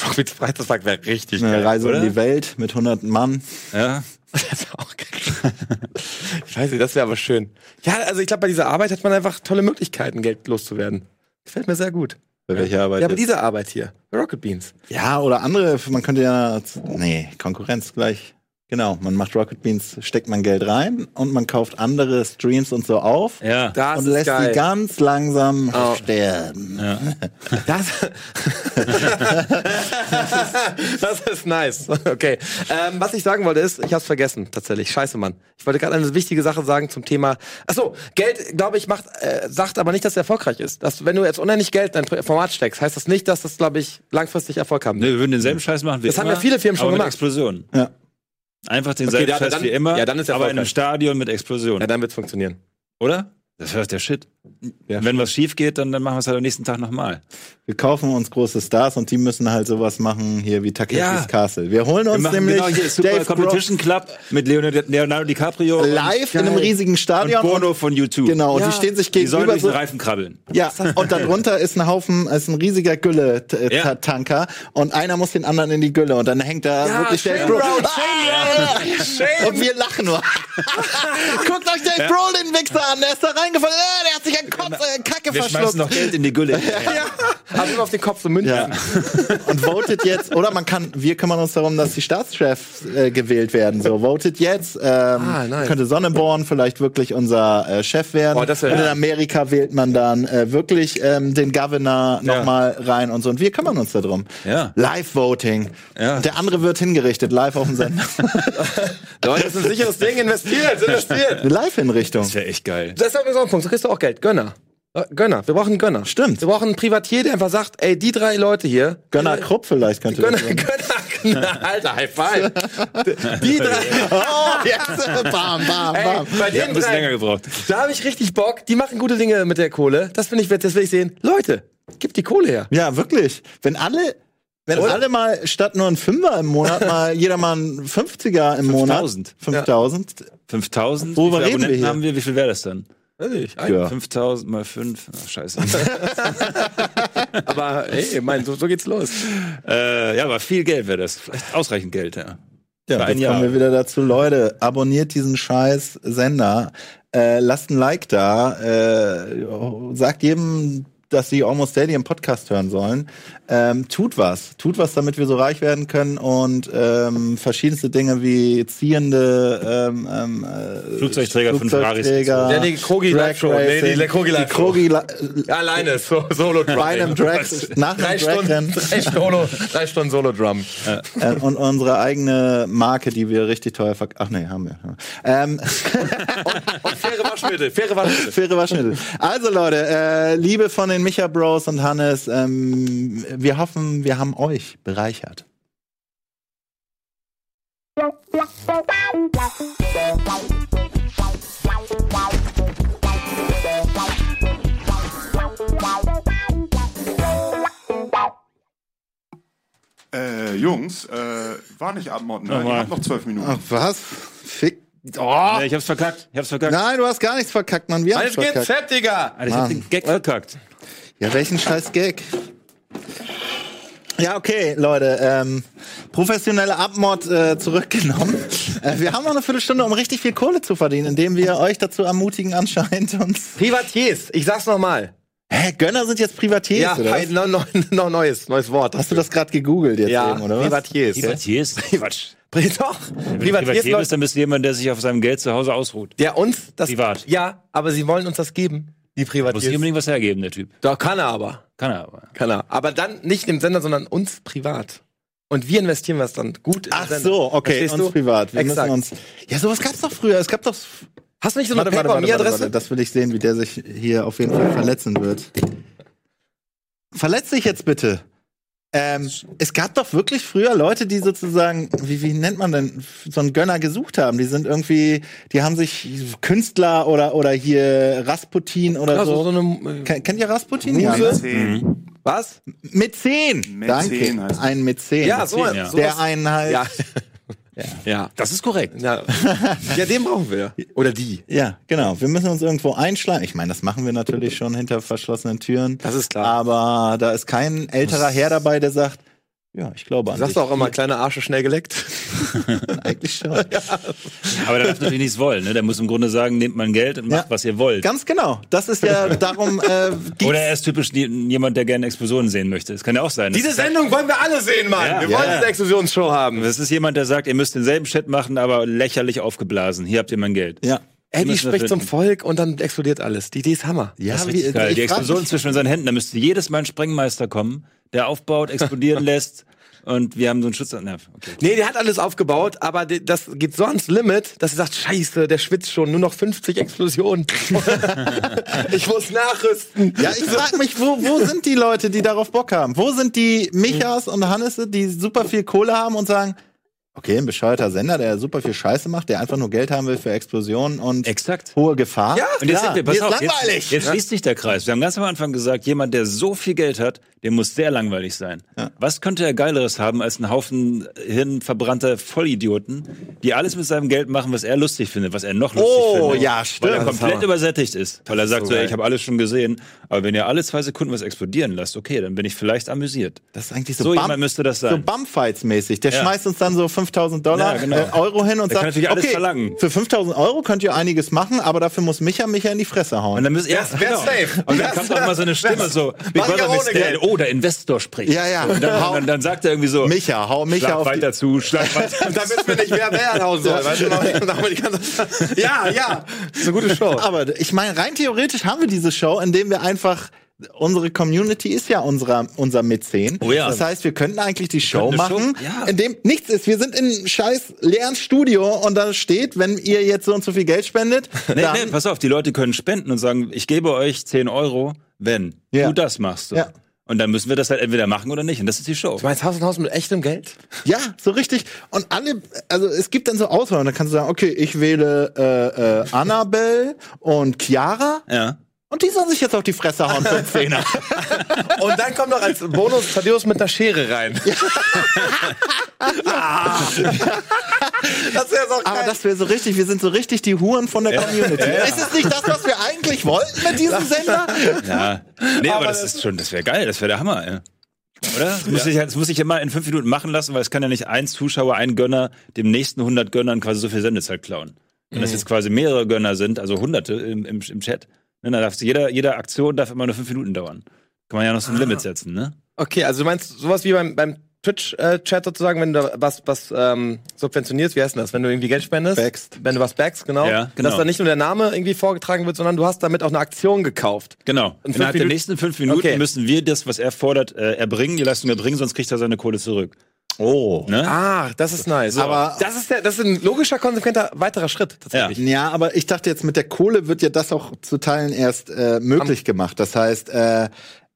C: Rockbeats Freizeitpark wäre richtig
A: Eine
C: geil.
A: Reise
B: oder?
A: um die Welt mit 100 Mann.
B: Ja.
C: Das wär auch geil. Scheiße, das wäre aber schön. Ja, also ich glaube, bei dieser Arbeit hat man einfach tolle Möglichkeiten, Geld loszuwerden. Gefällt mir sehr gut.
A: Bei welcher Arbeit?
C: Ja, aber
A: Ja,
C: diese Arbeit hier, Rocket Beans.
A: oder andere, man könnte ja. Nee, Konkurrenz gleich. Genau, man macht Rocket Beans, steckt man Geld rein und man kauft andere Streams und so auf
B: Ja.
C: Das
A: und
C: ist
A: lässt
C: geil.
A: die ganz langsam
C: Oh.
A: sterben.
C: Das, das ist nice. Okay. Ähm, was ich sagen wollte ist, ich hab's vergessen, tatsächlich. Scheiße, Mann. Ich wollte gerade eine wichtige Sache sagen zum Thema. Ach so, Geld, glaube ich, macht, äh, sagt aber nicht, dass es erfolgreich ist. Dass, wenn du jetzt unendlich Geld in dein Format steckst, heißt das nicht, dass das, glaube ich, langfristig Erfolg haben
B: Nee, Ne, wir würden denselben Scheiß machen wie
C: Das haben
B: immer,
C: ja viele Firmen schon
B: aber
C: gemacht.
B: Mit Explosionen.
A: Ja.
B: Einfach denselben
C: ja,
B: Scheiß
C: dann-
B: wie immer,
C: ja, dann ist
B: aber in einem
C: erfolgreich.
B: Stadion mit Explosionen.
C: Ja, dann wird's funktionieren.
B: Oder? Das wäre der Shit.
C: Ja.
B: Wenn was schief geht, dann, dann machen wir es halt am nächsten Tag nochmal.
A: Wir kaufen uns große Stars und die müssen halt sowas machen hier wie Takeshis
B: Ja.
A: Castle. Wir holen uns
B: Wir machen
A: nämlich
B: genau hier Super
A: Dave Grohl
B: Competition Club mit Leonardo, Leonardo DiCaprio
A: live in einem riesigen
B: und,
A: Stadion.
B: und Bono von YouTube.
A: genau, und
C: Ja.
A: die stehen sich
B: Die sollen
A: gegenüber.
B: durch den Reifen krabbeln.
A: Ja, und darunter ist ein Haufen, ist ein riesiger
B: Ja.
A: Gülle-Tanker und einer muss den anderen in die Gülle und dann hängt da wirklich Dave Grohl. Ah! Und wir lachen nur. Guckt euch Dave Grohl den Wichser an, der ist da reingefallen, äh, der hat sich an Kopf, äh, Kacke
B: Wir schmeißen noch
A: verschluckt.
B: Geld in die Gülle.
C: Also immer auf den Kopf so Münzen.
A: Ja. und votet jetzt, oder man kann, wir kümmern uns darum, dass die Staatschefs äh, gewählt werden. So, votet jetzt. Ähm,
C: Ah, nice.
A: Könnte Sonneborn vielleicht wirklich unser äh, Chef werden.
C: Oh, das wär-
A: und in Amerika wählt man dann äh, wirklich ähm, den Governor
B: Ja.
A: nochmal rein und so. Und wir kümmern uns darum.
B: Ja.
A: Live-Voting.
B: Ja.
A: Der andere wird hingerichtet, live auf dem Sender.
C: Leute, das ist ein sicheres Ding. Investiert, investiert.
A: Eine Live-Hinrichtung.
B: Das wäre echt geil.
C: Das ist übrigens auch ein Punkt. So kriegst du auch Geld. Gönner. Äh, Gönner. Wir brauchen einen Gönner.
A: Stimmt.
C: Wir brauchen einen Privatier, der einfach sagt, ey, die drei Leute hier.
A: Gönner Krupp vielleicht könnte
C: Gönner,
A: das sein.
C: Gönner, Alter, High Five. Die drei.
A: Oh, jetzt. Bam, bam,
C: Ey,
A: bam.
B: Wir haben
C: bei den
B: ein bisschen länger
C: drei,
B: gebraucht.
C: da habe ich richtig Bock. Die machen gute Dinge mit der Kohle. Das finde ich, das will ich sehen. Leute, gib die Kohle her.
A: Ja, wirklich. Wenn alle Wenn
C: Oder?
A: alle mal statt nur ein Fünfer im Monat mal jeder mal ein 50er im Monat.
B: 5000.
A: 5000
B: 5000?
A: Worüber
B: wie viele
A: reden wir
B: Abonnenten
A: hier?
B: haben wir? Wie viel wäre das dann?
C: Weiß ich.
A: Ja.
B: 5000 mal 5. Ach, scheiße.
C: Aber hey, mein, so, so geht's los.
B: äh, ja, aber viel Geld wäre das. Vielleicht ausreichend Geld, ja.
A: Ja,
B: Für ein
A: jetzt
B: Jahr.
A: kommen wir wieder dazu. Leute, abonniert diesen scheiß Sender. Äh, lasst ein Like da. Äh, sagt jedem, dass sie Almost Daily im Podcast hören sollen. Ähm, tut was. Tut was, damit wir so reich werden können und ähm, verschiedenste Dinge wie ziehende ähm, ähm, äh,
B: Flugzeugträger von Ferraris.
A: Flugzeugträger,
C: Ja, die Krogi
A: Drag
C: Live Show. Nee, die
A: Racing,
C: Krogi
A: die
C: Live Show.
A: Krogi La-
C: Alleine, so, solo
A: bei einem Drag, nach
C: Drei
A: einem Dragrennen.
C: Stunden, drei, Solo, drei Stunden Solo Drum.
A: äh, und unsere eigene Marke, die wir richtig teuer verk... Ach nee, haben wir. Ähm,
C: Und faire Waschmittel, faire Waschmittel.
A: Faire Waschmittel. Also Leute, äh, Liebe von den Micha Bros und Hannes, ähm, wir hoffen, wir haben euch bereichert.
D: Äh, Jungs, äh, war nicht Abmotten, ne? Ich
B: Nochmal.
D: hab noch zwölf Minuten.
A: was? Fick.
B: Ja, ich hab's verkackt. Ich hab's verkackt.
A: Nein, du hast gar nichts verkackt, Mann. Wir haben
C: Alles geht's,
A: verkackt.
C: fett, Digga.
B: Alter, ich hab
A: Mann.
B: den Gag verkackt.
A: Ja, welchen scheiß Gag. Ja, okay, Leute. Ähm, professionelle Abmord äh, zurückgenommen. äh, wir haben noch eine Viertelstunde, um richtig viel Kohle zu verdienen, indem wir euch dazu ermutigen, anscheinend uns.
C: Privatiers, ich sag's nochmal.
A: Hä, Gönner sind jetzt Privatiers,
C: Ja,
A: oder?
C: ein,
A: was?
C: noch, noch, noch neues, neues Wort.
A: Hast du das gerade gegoogelt jetzt
C: ja,
A: eben, oder was?
C: Privatiers. Ja.
B: Privatiers? Quatsch.
C: Pri- Doch, Privatiers,
B: Privatier
C: Leute,
B: ist dann bist du jemand, der sich auf seinem Geld zu Hause ausruht.
C: der uns das...
B: Privat.
C: Ja, aber sie wollen uns das geben, die
B: Muss nicht
C: Privatiers.
B: unbedingt was hergeben, der Typ.
C: Doch, kann er aber.
B: Kann er aber.
C: Kann er. Aber dann nicht im Sender, sondern uns privat. Und wir investieren was dann gut in den
A: Ach
C: Sender.
A: so, okay,
C: Verstehst
A: uns
C: du?
A: privat. Wir
C: Exakt.
A: müssen uns. Ja, sowas gab's doch früher. Es gab doch.
C: Hast du nicht so eine PayPal-Me-Adresse?
A: Das will ich sehen, wie der sich hier auf jeden Fall verletzen wird. Verletz dich jetzt bitte. Ähm, es gab doch wirklich früher Leute, die sozusagen, wie, wie nennt man denn, so einen Gönner gesucht haben. Die sind irgendwie, die haben sich Künstler oder, oder hier Rasputin oder
C: Ja,
A: so.
C: so, so eine, äh,
A: Ken- Kennt ihr Rasputin?
C: Muse?
A: ne?
D: Zehn.
C: was?
A: Mäzen.
D: Mäzen
A: Danke.
D: heißt es.
A: Ein Mäzen.
C: Ja, so,
B: erzählen, ja.
C: so
A: der einen halt.
C: ja.
B: Ja. Das ist korrekt.
C: ja. Ja, den brauchen wir. Oder die.
A: Ja, genau. Wir müssen uns irgendwo einschleimen. Ich meine, das machen wir natürlich schon hinter verschlossenen Türen.
C: Das ist klar.
A: Aber da ist kein älterer Herr dabei, der sagt, ja, ich glaube an
C: Sagst du
A: dich.
C: auch immer, kleine Arsche schnell geleckt?
A: Eigentlich schon.
B: Aber der darf natürlich nichts wollen. Ne? Der muss im Grunde sagen, nehmt mein Geld und macht,
A: Ja.
B: was ihr wollt.
A: Ganz genau. Das ist ja darum, äh, geht's.
B: Oder er ist typisch nie- jemand, der gerne Explosionen sehen möchte. Das kann ja auch sein. Das
C: Diese
B: ist halt-
C: Sendung wollen wir alle sehen, Mann.
B: Ja.
C: wir
B: Ja.
C: wollen eine Explosionsshow haben.
B: Das ist jemand, der sagt, ihr müsst denselben Shit machen, aber lächerlich aufgeblasen. Hier habt ihr mein Geld.
A: ja.
C: Ey,
B: müssen
C: die
B: das
C: spricht zum
B: finden.
C: Volk und dann explodiert alles. Die Idee ist Hammer.
A: Ja,
B: Das ist richtig geil. Die
A: frag
B: Explosion
A: mich-
B: zwischen seinen Händen, da müsste jedes Mal ein Sprengmeister kommen, der aufbaut, explodieren lässt und wir haben so einen Schutz. Na, okay.
C: Nee, der hat alles aufgebaut, aber die- das geht so ans Limit, dass er sagt, scheiße, der schwitzt schon, nur noch 50 Explosionen. ich muss nachrüsten.
A: Ja, ich frag mich, wo, wo sind die Leute, die darauf Bock haben? Wo sind die Michas und Hannesse, die super viel Kohle haben und sagen, okay, ein bescheuerter Sender, der super viel Scheiße macht, der einfach nur Geld haben will für Explosionen und
B: Exakt.
A: hohe Gefahr.
C: Ja,
B: Und jetzt
A: Klar,
B: sind wir, pass
A: mir ist
B: auf,
A: langweilig.
B: Jetzt, jetzt schließt sich der Kreis. Wir haben ganz am Anfang gesagt, jemand, der so viel Geld hat, der muss sehr langweilig sein. Was könnte er Geileres haben als ein Haufen hirnverbrannter Vollidioten, die alles mit seinem Geld machen, was er lustig findet, was er noch lustig
A: Oh,
B: findet?
A: ja, stimmt.
B: Weil er komplett übersättigt ist. Weil er sagt,
C: so
B: so, ey,
C: geil.
B: ich habe alles schon gesehen. Aber wenn ihr alle zwei Sekunden was explodieren lasst, okay, dann bin ich vielleicht amüsiert.
A: Das ist eigentlich so,
B: So
A: Bump-
B: jemand müsste das sein.
A: So Bumfights-mäßig. Der schmeißt uns dann so 5000 Dollar,
B: Ja, genau.
A: äh, Euro hin und
B: Der
A: sagt,
B: kann natürlich alles
A: okay,
B: verlangen.
A: für 5000 Euro könnt ihr einiges machen, aber dafür muss Micha Micha in die Fresse hauen.
B: Und dann müsst ihr. Genau.
C: Wär's- wär's safe.
B: Und dann
C: Wär's-
B: kommt auch mal so eine Stimme so, Big
C: Mach ich
B: Brother
C: auch
B: Mixed
C: ohne
B: Dad.
C: Geld.
B: Oh, der Investor spricht.
A: Ja, ja.
B: So, Und dann, dann, dann sagt er irgendwie so,
A: Micha, hau Micha
B: schlag
A: auf die-
B: weiter zu, schlag weiter
C: Da wissen wir nicht, wer wer hauen soll. Weißt du, noch- noch mal die ganze- ja, ja. Das ist eine gute Show.
A: Aber ich meine, rein theoretisch haben wir diese Show, indem wir einfach unsere Community ist ja unser, unser Mäzen.
B: Oh ja.
A: Das heißt, wir könnten eigentlich die Show
B: könnten eine Show-
A: machen,
B: ja.
A: in dem nichts ist. Wir sind in einem scheiß leeren Studio und da steht, wenn ihr jetzt so und so viel Geld spendet,
B: Nee,
A: dann
B: nee, pass auf, die Leute können spenden und sagen, ich gebe euch 10 Euro, wenn
A: Ja.
B: du das machst. So.
A: Ja.
B: Und dann müssen wir das halt entweder machen oder nicht. Und das ist die Show.
C: Meinst Haus und Haus mit echtem Geld?
A: Ja, so richtig. Und alle, also es gibt dann so Auswahl und dann kannst du sagen, okay, ich wähle äh, äh, Annabelle und Chiara
B: Ja.
A: Und die sollen sich jetzt auf die Fresse hauen für einen Zehner.
C: Und dann kommt noch als Bonus Thaddeus mit einer Schere rein. das wäre doch
A: Aber das wäre so richtig, wir sind so richtig die Huren von der Community. Ist es nicht das, was wir eigentlich wollten mit diesem Sender?
B: Ja. Nee, aber, das, ist schon, das wäre geil, das wäre der Hammer, ey. Oder? Das muss, ich, das muss ich immer in fünf Minuten machen lassen, weil es kann ja nicht ein Zuschauer, ein Gönner, dem nächsten 100 Gönnern quasi so viel Sendezeit klauen. Wenn das jetzt quasi mehrere Gönner sind, also Hunderte im, im, im Chat, ne, dann darf jeder, jede Aktion darf immer nur fünf Minuten dauern. Kann man ja noch so ein Limit setzen, ne?
C: Okay, also du meinst sowas wie beim, beim Twitch-Chat sozusagen, wenn du da was, was ähm, subventionierst, wie heißt denn das? Wenn du irgendwie Geld spendest?
A: Backst.
C: Wenn du was backst, genau.
B: Ja, genau.
C: Dass da nicht nur der Name irgendwie vorgetragen wird, sondern du hast damit auch eine Aktion gekauft.
B: Genau.
C: In fünf
B: Innerhalb der
C: Minuten-
B: nächsten fünf Minuten
C: Okay.
B: müssen wir das, was er fordert, äh, erbringen, die Leistung erbringen, sonst kriegt er seine Kohle zurück.
A: Oh.
B: Ne?
C: Ah, das ist nice.
A: Aber-
C: das ist, der, das ist ein logischer, konsequenter weiterer Schritt tatsächlich.
A: Ja, aber ich dachte jetzt, mit der Kohle wird ja das auch zu Teilen erst äh, möglich gemacht. Das heißt, äh,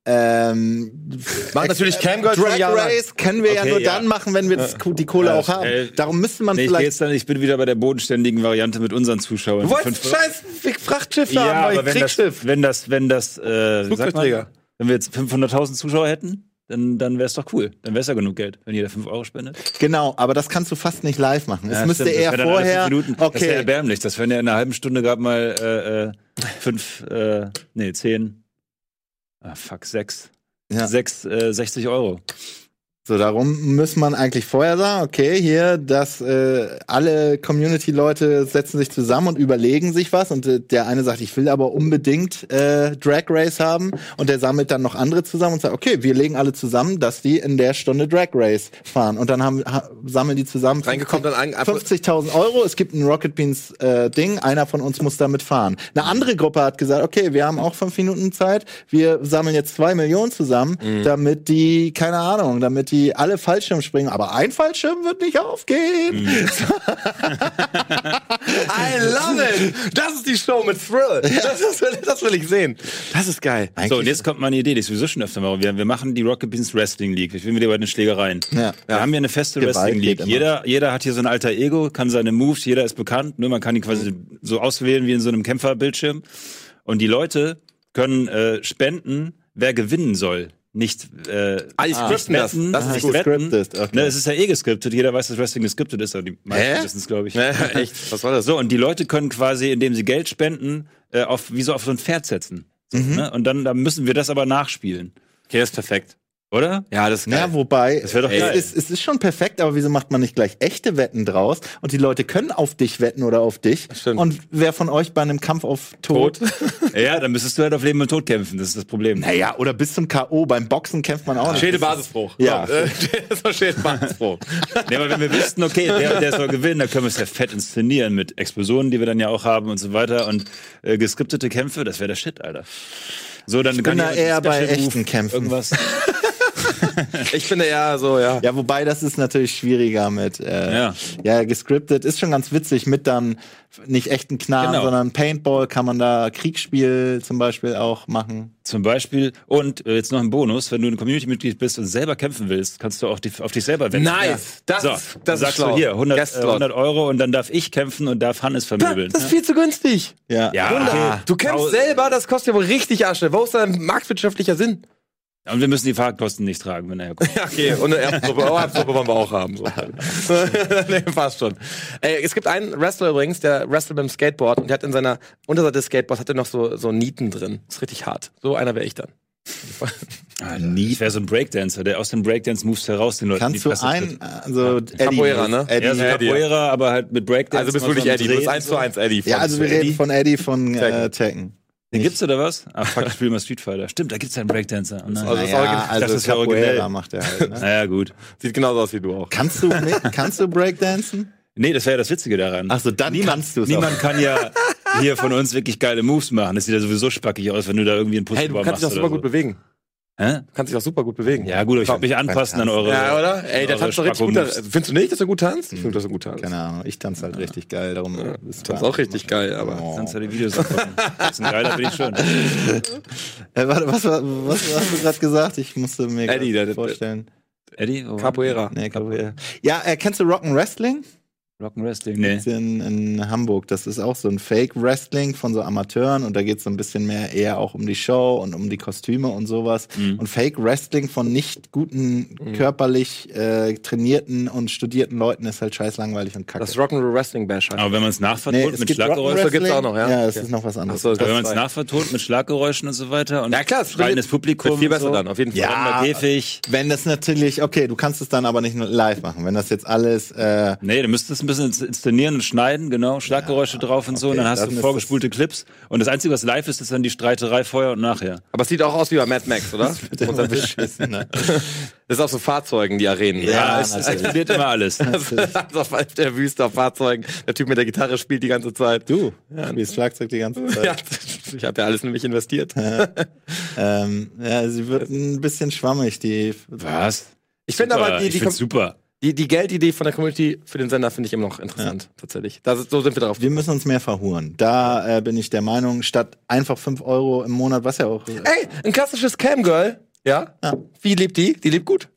A: ähm,
C: Macht natürlich Camgirls schon
A: Drag
C: jahrelang.
A: Race können wir ja
B: Okay,
A: nur
B: ja.
A: dann machen, wenn wir das, die Kohle
B: Ja,
A: auch haben.
B: äh,
A: Darum müsste man
B: Nee, ich, geh
A: vielleicht.
B: jetzt dann, ich bin wieder bei der bodenständigen Variante mit unseren Zuschauern.
C: Du wolltest
B: Fünf-
C: ein scheiß Frachtschiff da
B: ja,
C: haben,
B: aber
C: weil
B: wenn das,
C: Kriegsschiff.
B: wenn das, wenn das, äh, wie sagt man,
C: Flugzeugträger.
B: wenn wir jetzt 500.000 Zuschauer hätten, dann, dann wäre es doch cool. Dann wäre es ja genug Geld, wenn jeder 5 Euro spendet.
A: Genau, aber das kannst du fast nicht live machen. Es
B: Ja,
A: müsste
B: stimmt, das
A: eher
B: wär dann alle
A: vorher.
B: fünf Minuten. Das wäre
A: Okay.
B: erbärmlich, dass wenn er in einer halben Stunde gab mal äh, äh, fünf, äh, nee, zehn, ah, fuck, sechs,
A: Ja.
B: sechs, äh, 60 Euro.
A: So, darum muss man eigentlich vorher sagen, okay, hier, dass äh, alle Community-Leute setzen sich zusammen und überlegen sich was und äh, der eine sagt, ich will aber unbedingt äh, Drag Race haben und der sammelt dann noch andere zusammen und sagt, okay, wir legen alle zusammen, dass die in der Stunde Drag Race fahren und dann haben, ha, sammeln die zusammen
C: Reingekommen dann ein-
A: 50.000 Euro, es gibt ein Rocket Beans äh, Ding, einer von uns muss damit fahren. Eine andere Gruppe hat gesagt, okay, wir haben auch fünf Minuten Zeit, wir sammeln jetzt zwei Millionen zusammen, damit die, keine Ahnung, damit die alle Fallschirm springen, aber ein Fallschirm wird nicht aufgehen.
C: I love it! Das ist die Show mit Thrill. Das, das, will, das will ich sehen. Das ist geil.
B: So, und jetzt kommt meine Idee, die ich sowieso schon öfter mal. Wir, wir machen die Rocket Beans Wrestling League. Ich bin wieder bei den Schlägereien.
A: Ja.
B: Wir
A: Ja.
B: haben hier eine feste
A: Gewalt
B: Wrestling
A: geht
B: League.
A: immer.
B: Jeder, jeder hat hier so ein alter Ego, kann seine Moves, jeder ist bekannt. Ne? Man kann die quasi so auswählen wie in so einem Kämpferbildschirm. Und die Leute können äh, spenden, wer gewinnen soll. Nicht, äh,
C: Ah, die
B: nicht
C: scripten das.
B: wetten,
C: Das ist
B: nicht
A: gut.
B: wetten.
A: Scripted, okay.
B: Ne, es ist ja eh gescriptet. Jeder weiß, dass Wrestling gescriptet ist, aber die meisten
C: Hä?
B: wissen es, glaube ich.
C: Echt? Was war das?
B: So, und die Leute können quasi, indem sie Geld spenden, äh, auf, wie so auf so ein Pferd setzen. So, ne? Und dann, dann müssen wir das aber nachspielen.
C: Mhm. Okay, das ist perfekt.
B: Oder?
C: Ja, das ist geil.
A: Ja, wobei, es,
B: wär doch geil.
A: ist, es ist schon perfekt, aber wieso macht man nicht gleich echte Wetten draus? Und die Leute können auf dich wetten oder auf dich.
C: stimmt.
A: Und wer von euch bei einem Kampf auf Tod,
B: ja, dann müsstest du halt auf Leben und Tod kämpfen. Das ist das Problem.
A: naja, oder bis zum K.O. beim Boxen kämpft man auch nicht.
C: Schädelbasisbruch.
A: Ja.
C: So, äh, das war Schädelbasisbruch.
B: Nee, aber wenn wir wüssten, okay, der, der soll gewinnen, dann können wir es ja fett inszenieren mit Explosionen, die wir dann ja auch haben und so weiter. Und äh, geskriptete Kämpfe, das wäre der Shit, Alter. So, dann kann
A: bin da
B: jemand einen
A: eher bei
B: Special Move,
A: echten Kämpfen.
B: Irgendwas.
C: ich finde ja so, ja.
A: Ja, wobei das ist natürlich schwieriger mit äh,
B: Ja.
A: ja. gescriptet ist schon ganz witzig mit dann nicht echten Knarren,
B: Genau.
A: sondern Paintball kann man da Kriegsspiel zum Beispiel auch machen.
B: Zum Beispiel. Und äh, jetzt noch ein Bonus, wenn du ein Community-Mitglied bist und selber kämpfen willst, kannst du auch die, auf dich selber wetten.
C: Nice. Das,
B: so,
C: das
B: dann
C: ist
B: sagst
C: schlau.
B: du hier 100, äh,
C: Guest-Slot.
B: 100 Euro und dann darf ich kämpfen und darf Hannes vermöbeln. ne?
C: Das ist viel zu günstig.
A: Ja.
B: Ja, okay.
C: Du kämpfst selber, das kostet ja wohl richtig Asche. Wo ist da ein marktwirtschaftlicher Sinn?
B: Und wir müssen die Fahrtkosten nicht tragen, wenn er herkommt.
C: Ja, okay. Und eine Erbsuppe. Oh, Erbsuppe wollen wir auch haben. So. nee, passt schon. Äh, es gibt einen Wrestler übrigens, der wrestelt mit dem Skateboard und der hat in seiner Unterseite des Skateboards hat er noch so, so Nieten drin. Ist richtig hart. So einer wäre ich dann.
B: Nie. Ich wäre so ein Breakdancer, der aus den Breakdance-Moves heraus den Leuten die
A: Ah, Kannst du
B: Fresse tritt.
A: ein also Eddie,
C: Capoeira, ne?
A: Eddie.
B: Ja, so
C: Eddie, ja.
B: Capoeira, aber halt mit Breakdance.
C: Also bist
B: mal so
C: wirklich
B: am
C: Eddie. Du bist
B: Drehen.
C: 1 zu 1 Eddie.
A: Ja, also wir reden von Eddie von äh, Tekken.
B: Den gibt's oder was? Ah, fuck, ich spiele mal Street Fighter. Stimmt, da gibt's einen Breakdancer. Oh, nein.
C: Also- das Origin-
A: also
B: das ist ja originell.
A: Capoeira macht er halt. Ne?
B: naja, gut.
C: Sieht genauso aus wie du auch.
A: kannst du mit, kannst du Breakdancen?
B: Nee, das wäre ja das Witzige daran.
A: Ach so, dann kannst du es.
B: Niemand kann ja hier von uns wirklich geile Moves machen. Das sieht ja sowieso spackig aus, wenn du da irgendwie einen
C: Hey, du
B: Pustenball
C: kannst
B: machst.
C: dich auch super
B: oder
C: gut
B: so.
C: bewegen.
B: Hä?
C: Du kannst dich auch super gut Also bewegen.
B: Ja, gut, aber ich
C: Komm.
B: würde mich anpassen an eure.
C: Ja, oder? Ey, der
B: eure
C: tanzt doch richtig gut.
B: Spacko-Moves.
C: Findest du nicht, dass er gut tanzt? Ich finde, dass er gut tanzt.
A: Keine Ahnung, ich tanze halt richtig geil, darum ist
C: Das ist auch richtig geil, aber.
A: Oh.
B: Kannst du die Videos angucken. Das ist ein geiler, bin ich schon.
A: Äh, warte, was, war- was hast du gerade gesagt? Ich musste mir grad
C: Eddie, der-
A: vorstellen.
B: Eddie? Oh.
C: Capoeira.
A: Nee, Capoeira. Ja, äh, kennst du Rock'n'Wrestling?
B: Rock'n'Wrestling?
A: Gibt's in, in Hamburg. Das ist auch so ein Fake-Wrestling von so Amateuren und da geht es so ein bisschen mehr eher auch um die Show und um die Kostüme und sowas.
C: Mhm.
A: Und Fake-Wrestling von nicht guten, körperlich äh, trainierten und studierten Leuten ist halt scheiß langweilig und kacke.
C: Das Rock'n'Roll Wrestling Bash halt.
B: Aber wenn man es
A: Nee,
B: nachvertont
A: es
B: mit
A: gibt
B: Schlaggeräuschen,
A: Rock'n'Wrestling.
C: Gibt's auch noch, ja?
A: Ja, es
C: Okay.
A: ist noch was anderes.
C: Ach so,
A: Das-
B: wenn man es
C: zwei.
B: nachvertont mit Schlaggeräuschen und so weiter und
C: Ja, klar, es
B: schreiendes
C: wird-
B: Publikum,
C: wird viel
B: und
C: besser
B: so.
C: dann, auf jeden Fall.
B: Ja,
A: Ja.
B: Käfig.
A: Wenn das natürlich, okay, du kannst es dann aber nicht live machen. Wenn das jetzt alles, äh,
B: Nee, du müsstest es ein bisschen ins- inszenieren und schneiden, genau, Schlaggeräusche drauf und so, und dann
A: okay,
B: hast
A: dann
B: du
A: ist
B: vorgespulte Clips. Und das Einzige, was live ist, ist dann die Streiterei vorher und nachher.
C: Aber es sieht auch aus wie bei Mad Max, oder?
A: unter beschissen, ne?
C: Das ist auf so Fahrzeugen, die Arenen. ne?
A: Ja,
B: es es
A: natürlich.
B: Ah, explodiert immer alles.
C: Das ist auf der Wüste auf Fahrzeugen. Der Typ mit der Gitarre spielt die ganze Zeit.
A: Du, spielst Schlagzeug die ganze Zeit.
C: Ja, ich habe ja alles nämlich investiert.
A: Ähm, ja, sie wird ein bisschen schwammig, die.
B: Was?
C: Ich finde
B: Super,
C: aber die,
B: ich
C: die,
B: find's super.
C: die, die Geldidee von der Community für den Sender finde ich immer noch interessant, tatsächlich. Das, ist- so sind wir drauf.
A: Wir müssen uns mehr verhuren. Da äh, bin ich der Meinung, statt einfach 5 Euro im Monat, was ja auch.
C: Ey, ein klassisches Cam-Girl. Ja? Wie lebt die? Die lebt gut.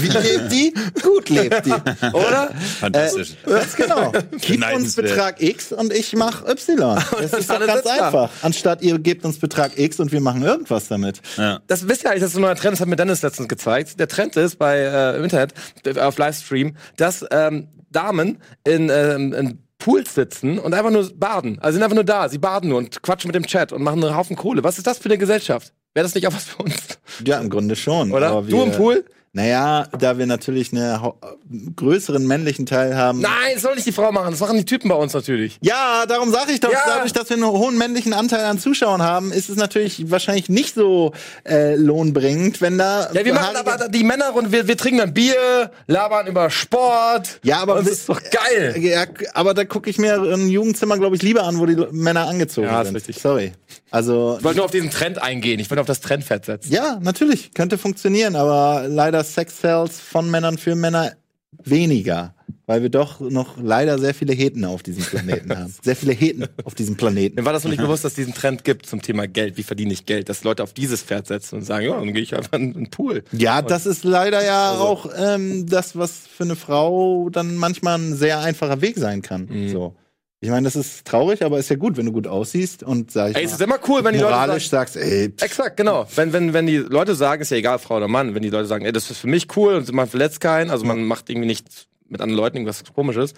A: Wie lebt die? Gut lebt die.
C: Oder?
B: Fantastisch.
A: Ganz genau. Gib uns
B: Beneidenswert.
A: Betrag X und ich mach Y. Das ist doch
C: alles
A: ganz
C: ist da.
A: einfach. Anstatt ihr gebt uns Betrag X und wir machen irgendwas damit.
B: ja.
C: Das wisst ihr eigentlich, das ist so ein neuer Trend, das hat mir Dennis letztens gezeigt. Der Trend ist bei äh, im Internet, auf Livestream, dass ähm, Damen in, ähm, in Pools sitzen und einfach nur baden. Also sind einfach nur da, sie baden nur und quatschen mit dem Chat und machen einen Haufen Kohle. Was ist das für eine Gesellschaft? Wäre das nicht auch was für uns?
A: Ja, im Grunde schon.
C: Oder?
A: aber
C: Du im Pool?
A: Naja, da wir natürlich einen hau- größeren männlichen Teil haben.
C: Nein, das soll nicht die Frau machen, das machen die Typen bei uns natürlich.
A: Ja, darum sage ich doch,
C: Ja.
A: dadurch, dass wir einen hohen männlichen Anteil an Zuschauern haben, ist es natürlich wahrscheinlich nicht so äh, lohnbringend, wenn da.
C: Ja, wir machen
A: Haarige-
C: aber die Männerrunde, wir, wir trinken dann Bier, labern über Sport.
A: Ja, aber
C: Und das
A: wir-
C: ist doch geil.
A: Ja, aber da gucke ich mir ein Jugendzimmer, glaube ich, lieber an, wo die Le- Männer angezogen
C: Ja, ist
A: sind.
C: richtig.
A: Sorry. Also.
C: Ich wollte nur auf diesen Trend eingehen, ich wollte auf das Trendfett setzen.
A: Ja, natürlich, könnte funktionieren, aber leider Sex Sales von Männern für Männer weniger. Weil wir doch noch leider sehr viele Heten auf diesem Planeten haben. Sehr viele Heten auf diesem Planeten.
C: Mir war das noch nicht bewusst, dass es diesen Trend gibt zum Thema Geld. Wie verdiene ich Geld? Dass Leute auf dieses Pferd setzen und sagen, ja, dann gehe ich einfach in den Pool.
A: Ja, das ist leider ja
C: also
A: auch ähm, das, was für eine Frau dann manchmal ein sehr einfacher Weg sein kann.
C: Mhm.
A: So. Ich meine, das ist traurig, aber ist ja gut, wenn du gut aussiehst und sag ich
C: Ey, es ist
A: mal,
C: immer cool, wenn die Leute sagen,
A: moralisch sagst, ey, pff,
C: Exakt, genau. Wenn, wenn, wenn die Leute sagen, ist ja egal, Frau oder Mann, wenn die Leute sagen, ey, das ist für mich cool und man verletzt keinen, also man macht irgendwie nichts mit anderen Leuten irgendwas komisches,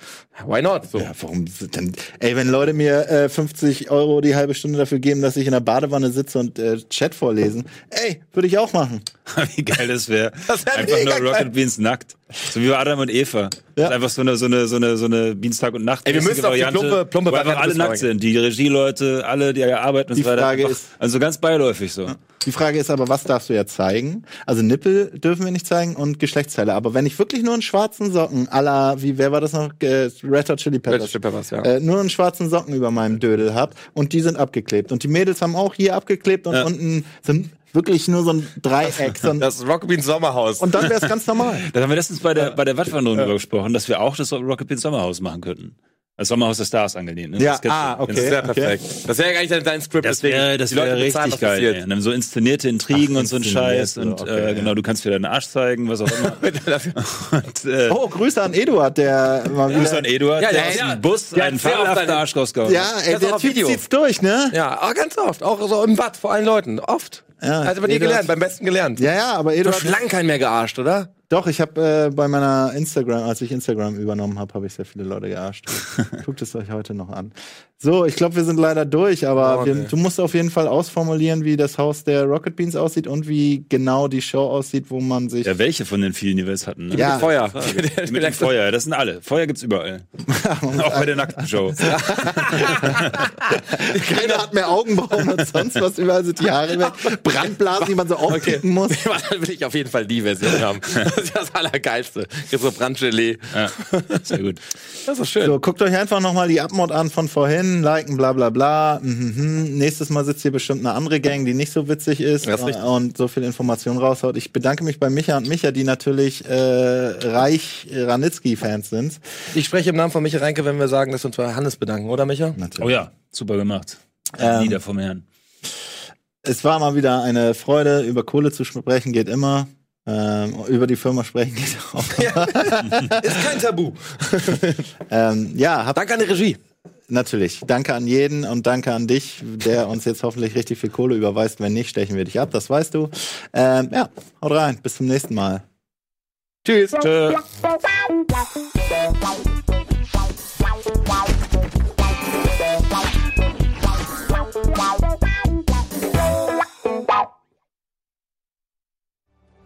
C: why not? So.
A: Ja, warum denn? Ey, wenn Leute mir äh, 50 Euro die halbe Stunde dafür geben, dass ich in der Badewanne sitze und äh, Chat vorlesen, ey, würde ich auch machen.
B: Wie geil das wäre.
A: wär
B: Einfach nur
A: mega
B: Rocket
A: geil.
B: Beans nackt. So wie bei Adam und Eva. Das ist einfach so eine, so eine, so eine, so eine Dienstag und Nacht.
C: Ey, wir müssen
B: mäßige
C: auf die plumpe- plumpe
B: wo einfach
C: Variante
B: alle nackt
C: des Tages.
B: sind. Die Regieleute, alle, die da arbeiten und
A: Die
B: so weiter.
A: Frage
B: Einfach-
A: ist-
B: also ganz beiläufig so.
A: Die Frage ist aber, was darfst du ja zeigen? Also Nippel dürfen wir nicht zeigen und Geschlechtsteile. Aber wenn ich wirklich nur einen schwarzen Socken, aller, wie wer war das noch? Äh, Red Hot Chili Peppers.
C: Red Hot Chili Peppers, ja.
A: Äh, nur einen schwarzen Socken über meinem Dödel hab und die sind abgeklebt und die Mädels haben auch hier abgeklebt und
B: Ja.
A: unten sind wirklich nur so ein Dreieck. So ein,
C: Das Rockbeans Sommerhaus.
A: und dann wäre es ganz normal.
B: Da haben wir letztens bei der, bei der Wattwanderung drüber gesprochen, dass wir auch das Rocket Beans Sommerhaus machen könnten. Das Sommerhaus der Stars angelehnt. Ne?
A: Ja,
B: Das Sketch.
A: ah, okay.
B: Das-
C: das wäre perfekt. Das wäre eigentlich dein, dein Script.
B: Das
C: deswegen.
B: wäre das
C: Die Leute
B: wär
C: bezahlen,
B: richtig
C: was
B: geil.
C: passiert.
B: Ey. Und dann so inszenierte Intrigen und so ein
A: inszeniert,
B: Scheiß.
A: so,
B: Und
A: okay,
B: äh,
A: ja.
B: genau, du kannst wieder deinen Arsch zeigen, was auch immer. und, äh,
A: Oh, Grüße an Eduard, der mal wieder.
B: Grüß an Eduard,
C: Ja,
B: der
C: ja,
B: aus
C: ja.
B: dem Bus
C: Ja,
B: einen
C: sehr auf
B: fabelhaften
C: deine-
B: Arsch rausgehauen.
A: Ja, ey,
C: Das ist auch
A: der
C: auf
A: Typ
C: Video.
A: zieht's durch, ne?
C: Ja, aber ganz oft. Auch so im Watt, vor allen Leuten. Oft.
A: Ja,
C: also bei dir
A: jeder-
C: gelernt, beim besten gelernt.
A: Ja, ja, aber
C: Du
A: Eduard.
C: hast lang keinen mehr gearscht, oder?
A: Doch, ich habe äh, bei meiner Instagram, als ich Instagram übernommen habe, habe ich sehr viele Leute gearscht. Guckt es euch heute noch an. So, ich glaube, wir sind leider durch, aber
C: Oh,
A: wir,
C: nee.
A: du musst auf jeden Fall ausformulieren, wie das Haus der Rocket Beans aussieht und wie genau die Show aussieht, wo man sich.
B: Ja, welche von den vielen, die wir jetzt hatten? Ne?
A: Ja.
C: Mit Ah. Feuer.
B: Die Mit dem Feuer, das sind alle. Feuer gibt's überall. Auch bei der nackten Show.
A: Keiner hat mehr Augenbrauen und sonst was, überall sind die Haare weg. Brandblasen, die man so aufpicken muss.
C: Nee, warte, dann will ich auf jeden Fall die Version haben. Das ist das Allergeilste. Gibt so Brandgelee.
B: Ja, sehr gut.
C: Das ist schön.
A: So, guckt euch einfach nochmal die Abmod an von vorhin, liken, bla bla bla. Mhm. Nächstes Mal sitzt hier bestimmt eine andere Gang, die nicht so witzig ist
C: Das ist richtig.
A: und so viel Information raushaut. Ich bedanke mich bei Micha und Micha, die natürlich äh, reich Ranitzky-Fans sind.
C: Ich spreche im Namen von Micha Reinke, wenn wir sagen, dass wir uns bei Hannes bedanken, oder Micha?
A: Natürlich.
B: Oh ja, super gemacht.
A: Ähm.
B: Lieder vom Herrn.
A: Es war mal wieder eine Freude, über Kohle zu sprechen geht immer. Ähm, über die Firma sprechen geht auch.
C: Ist kein Tabu.
A: Ähm, ja, hab
C: Danke an die Regie.
A: natürlich. Danke an jeden und danke an dich, der uns jetzt hoffentlich richtig viel Kohle überweist. Wenn nicht, stechen wir dich ab, das weißt du. Ähm, ja, haut rein. Bis zum nächsten Mal.
C: Tschüss.
B: Tschö.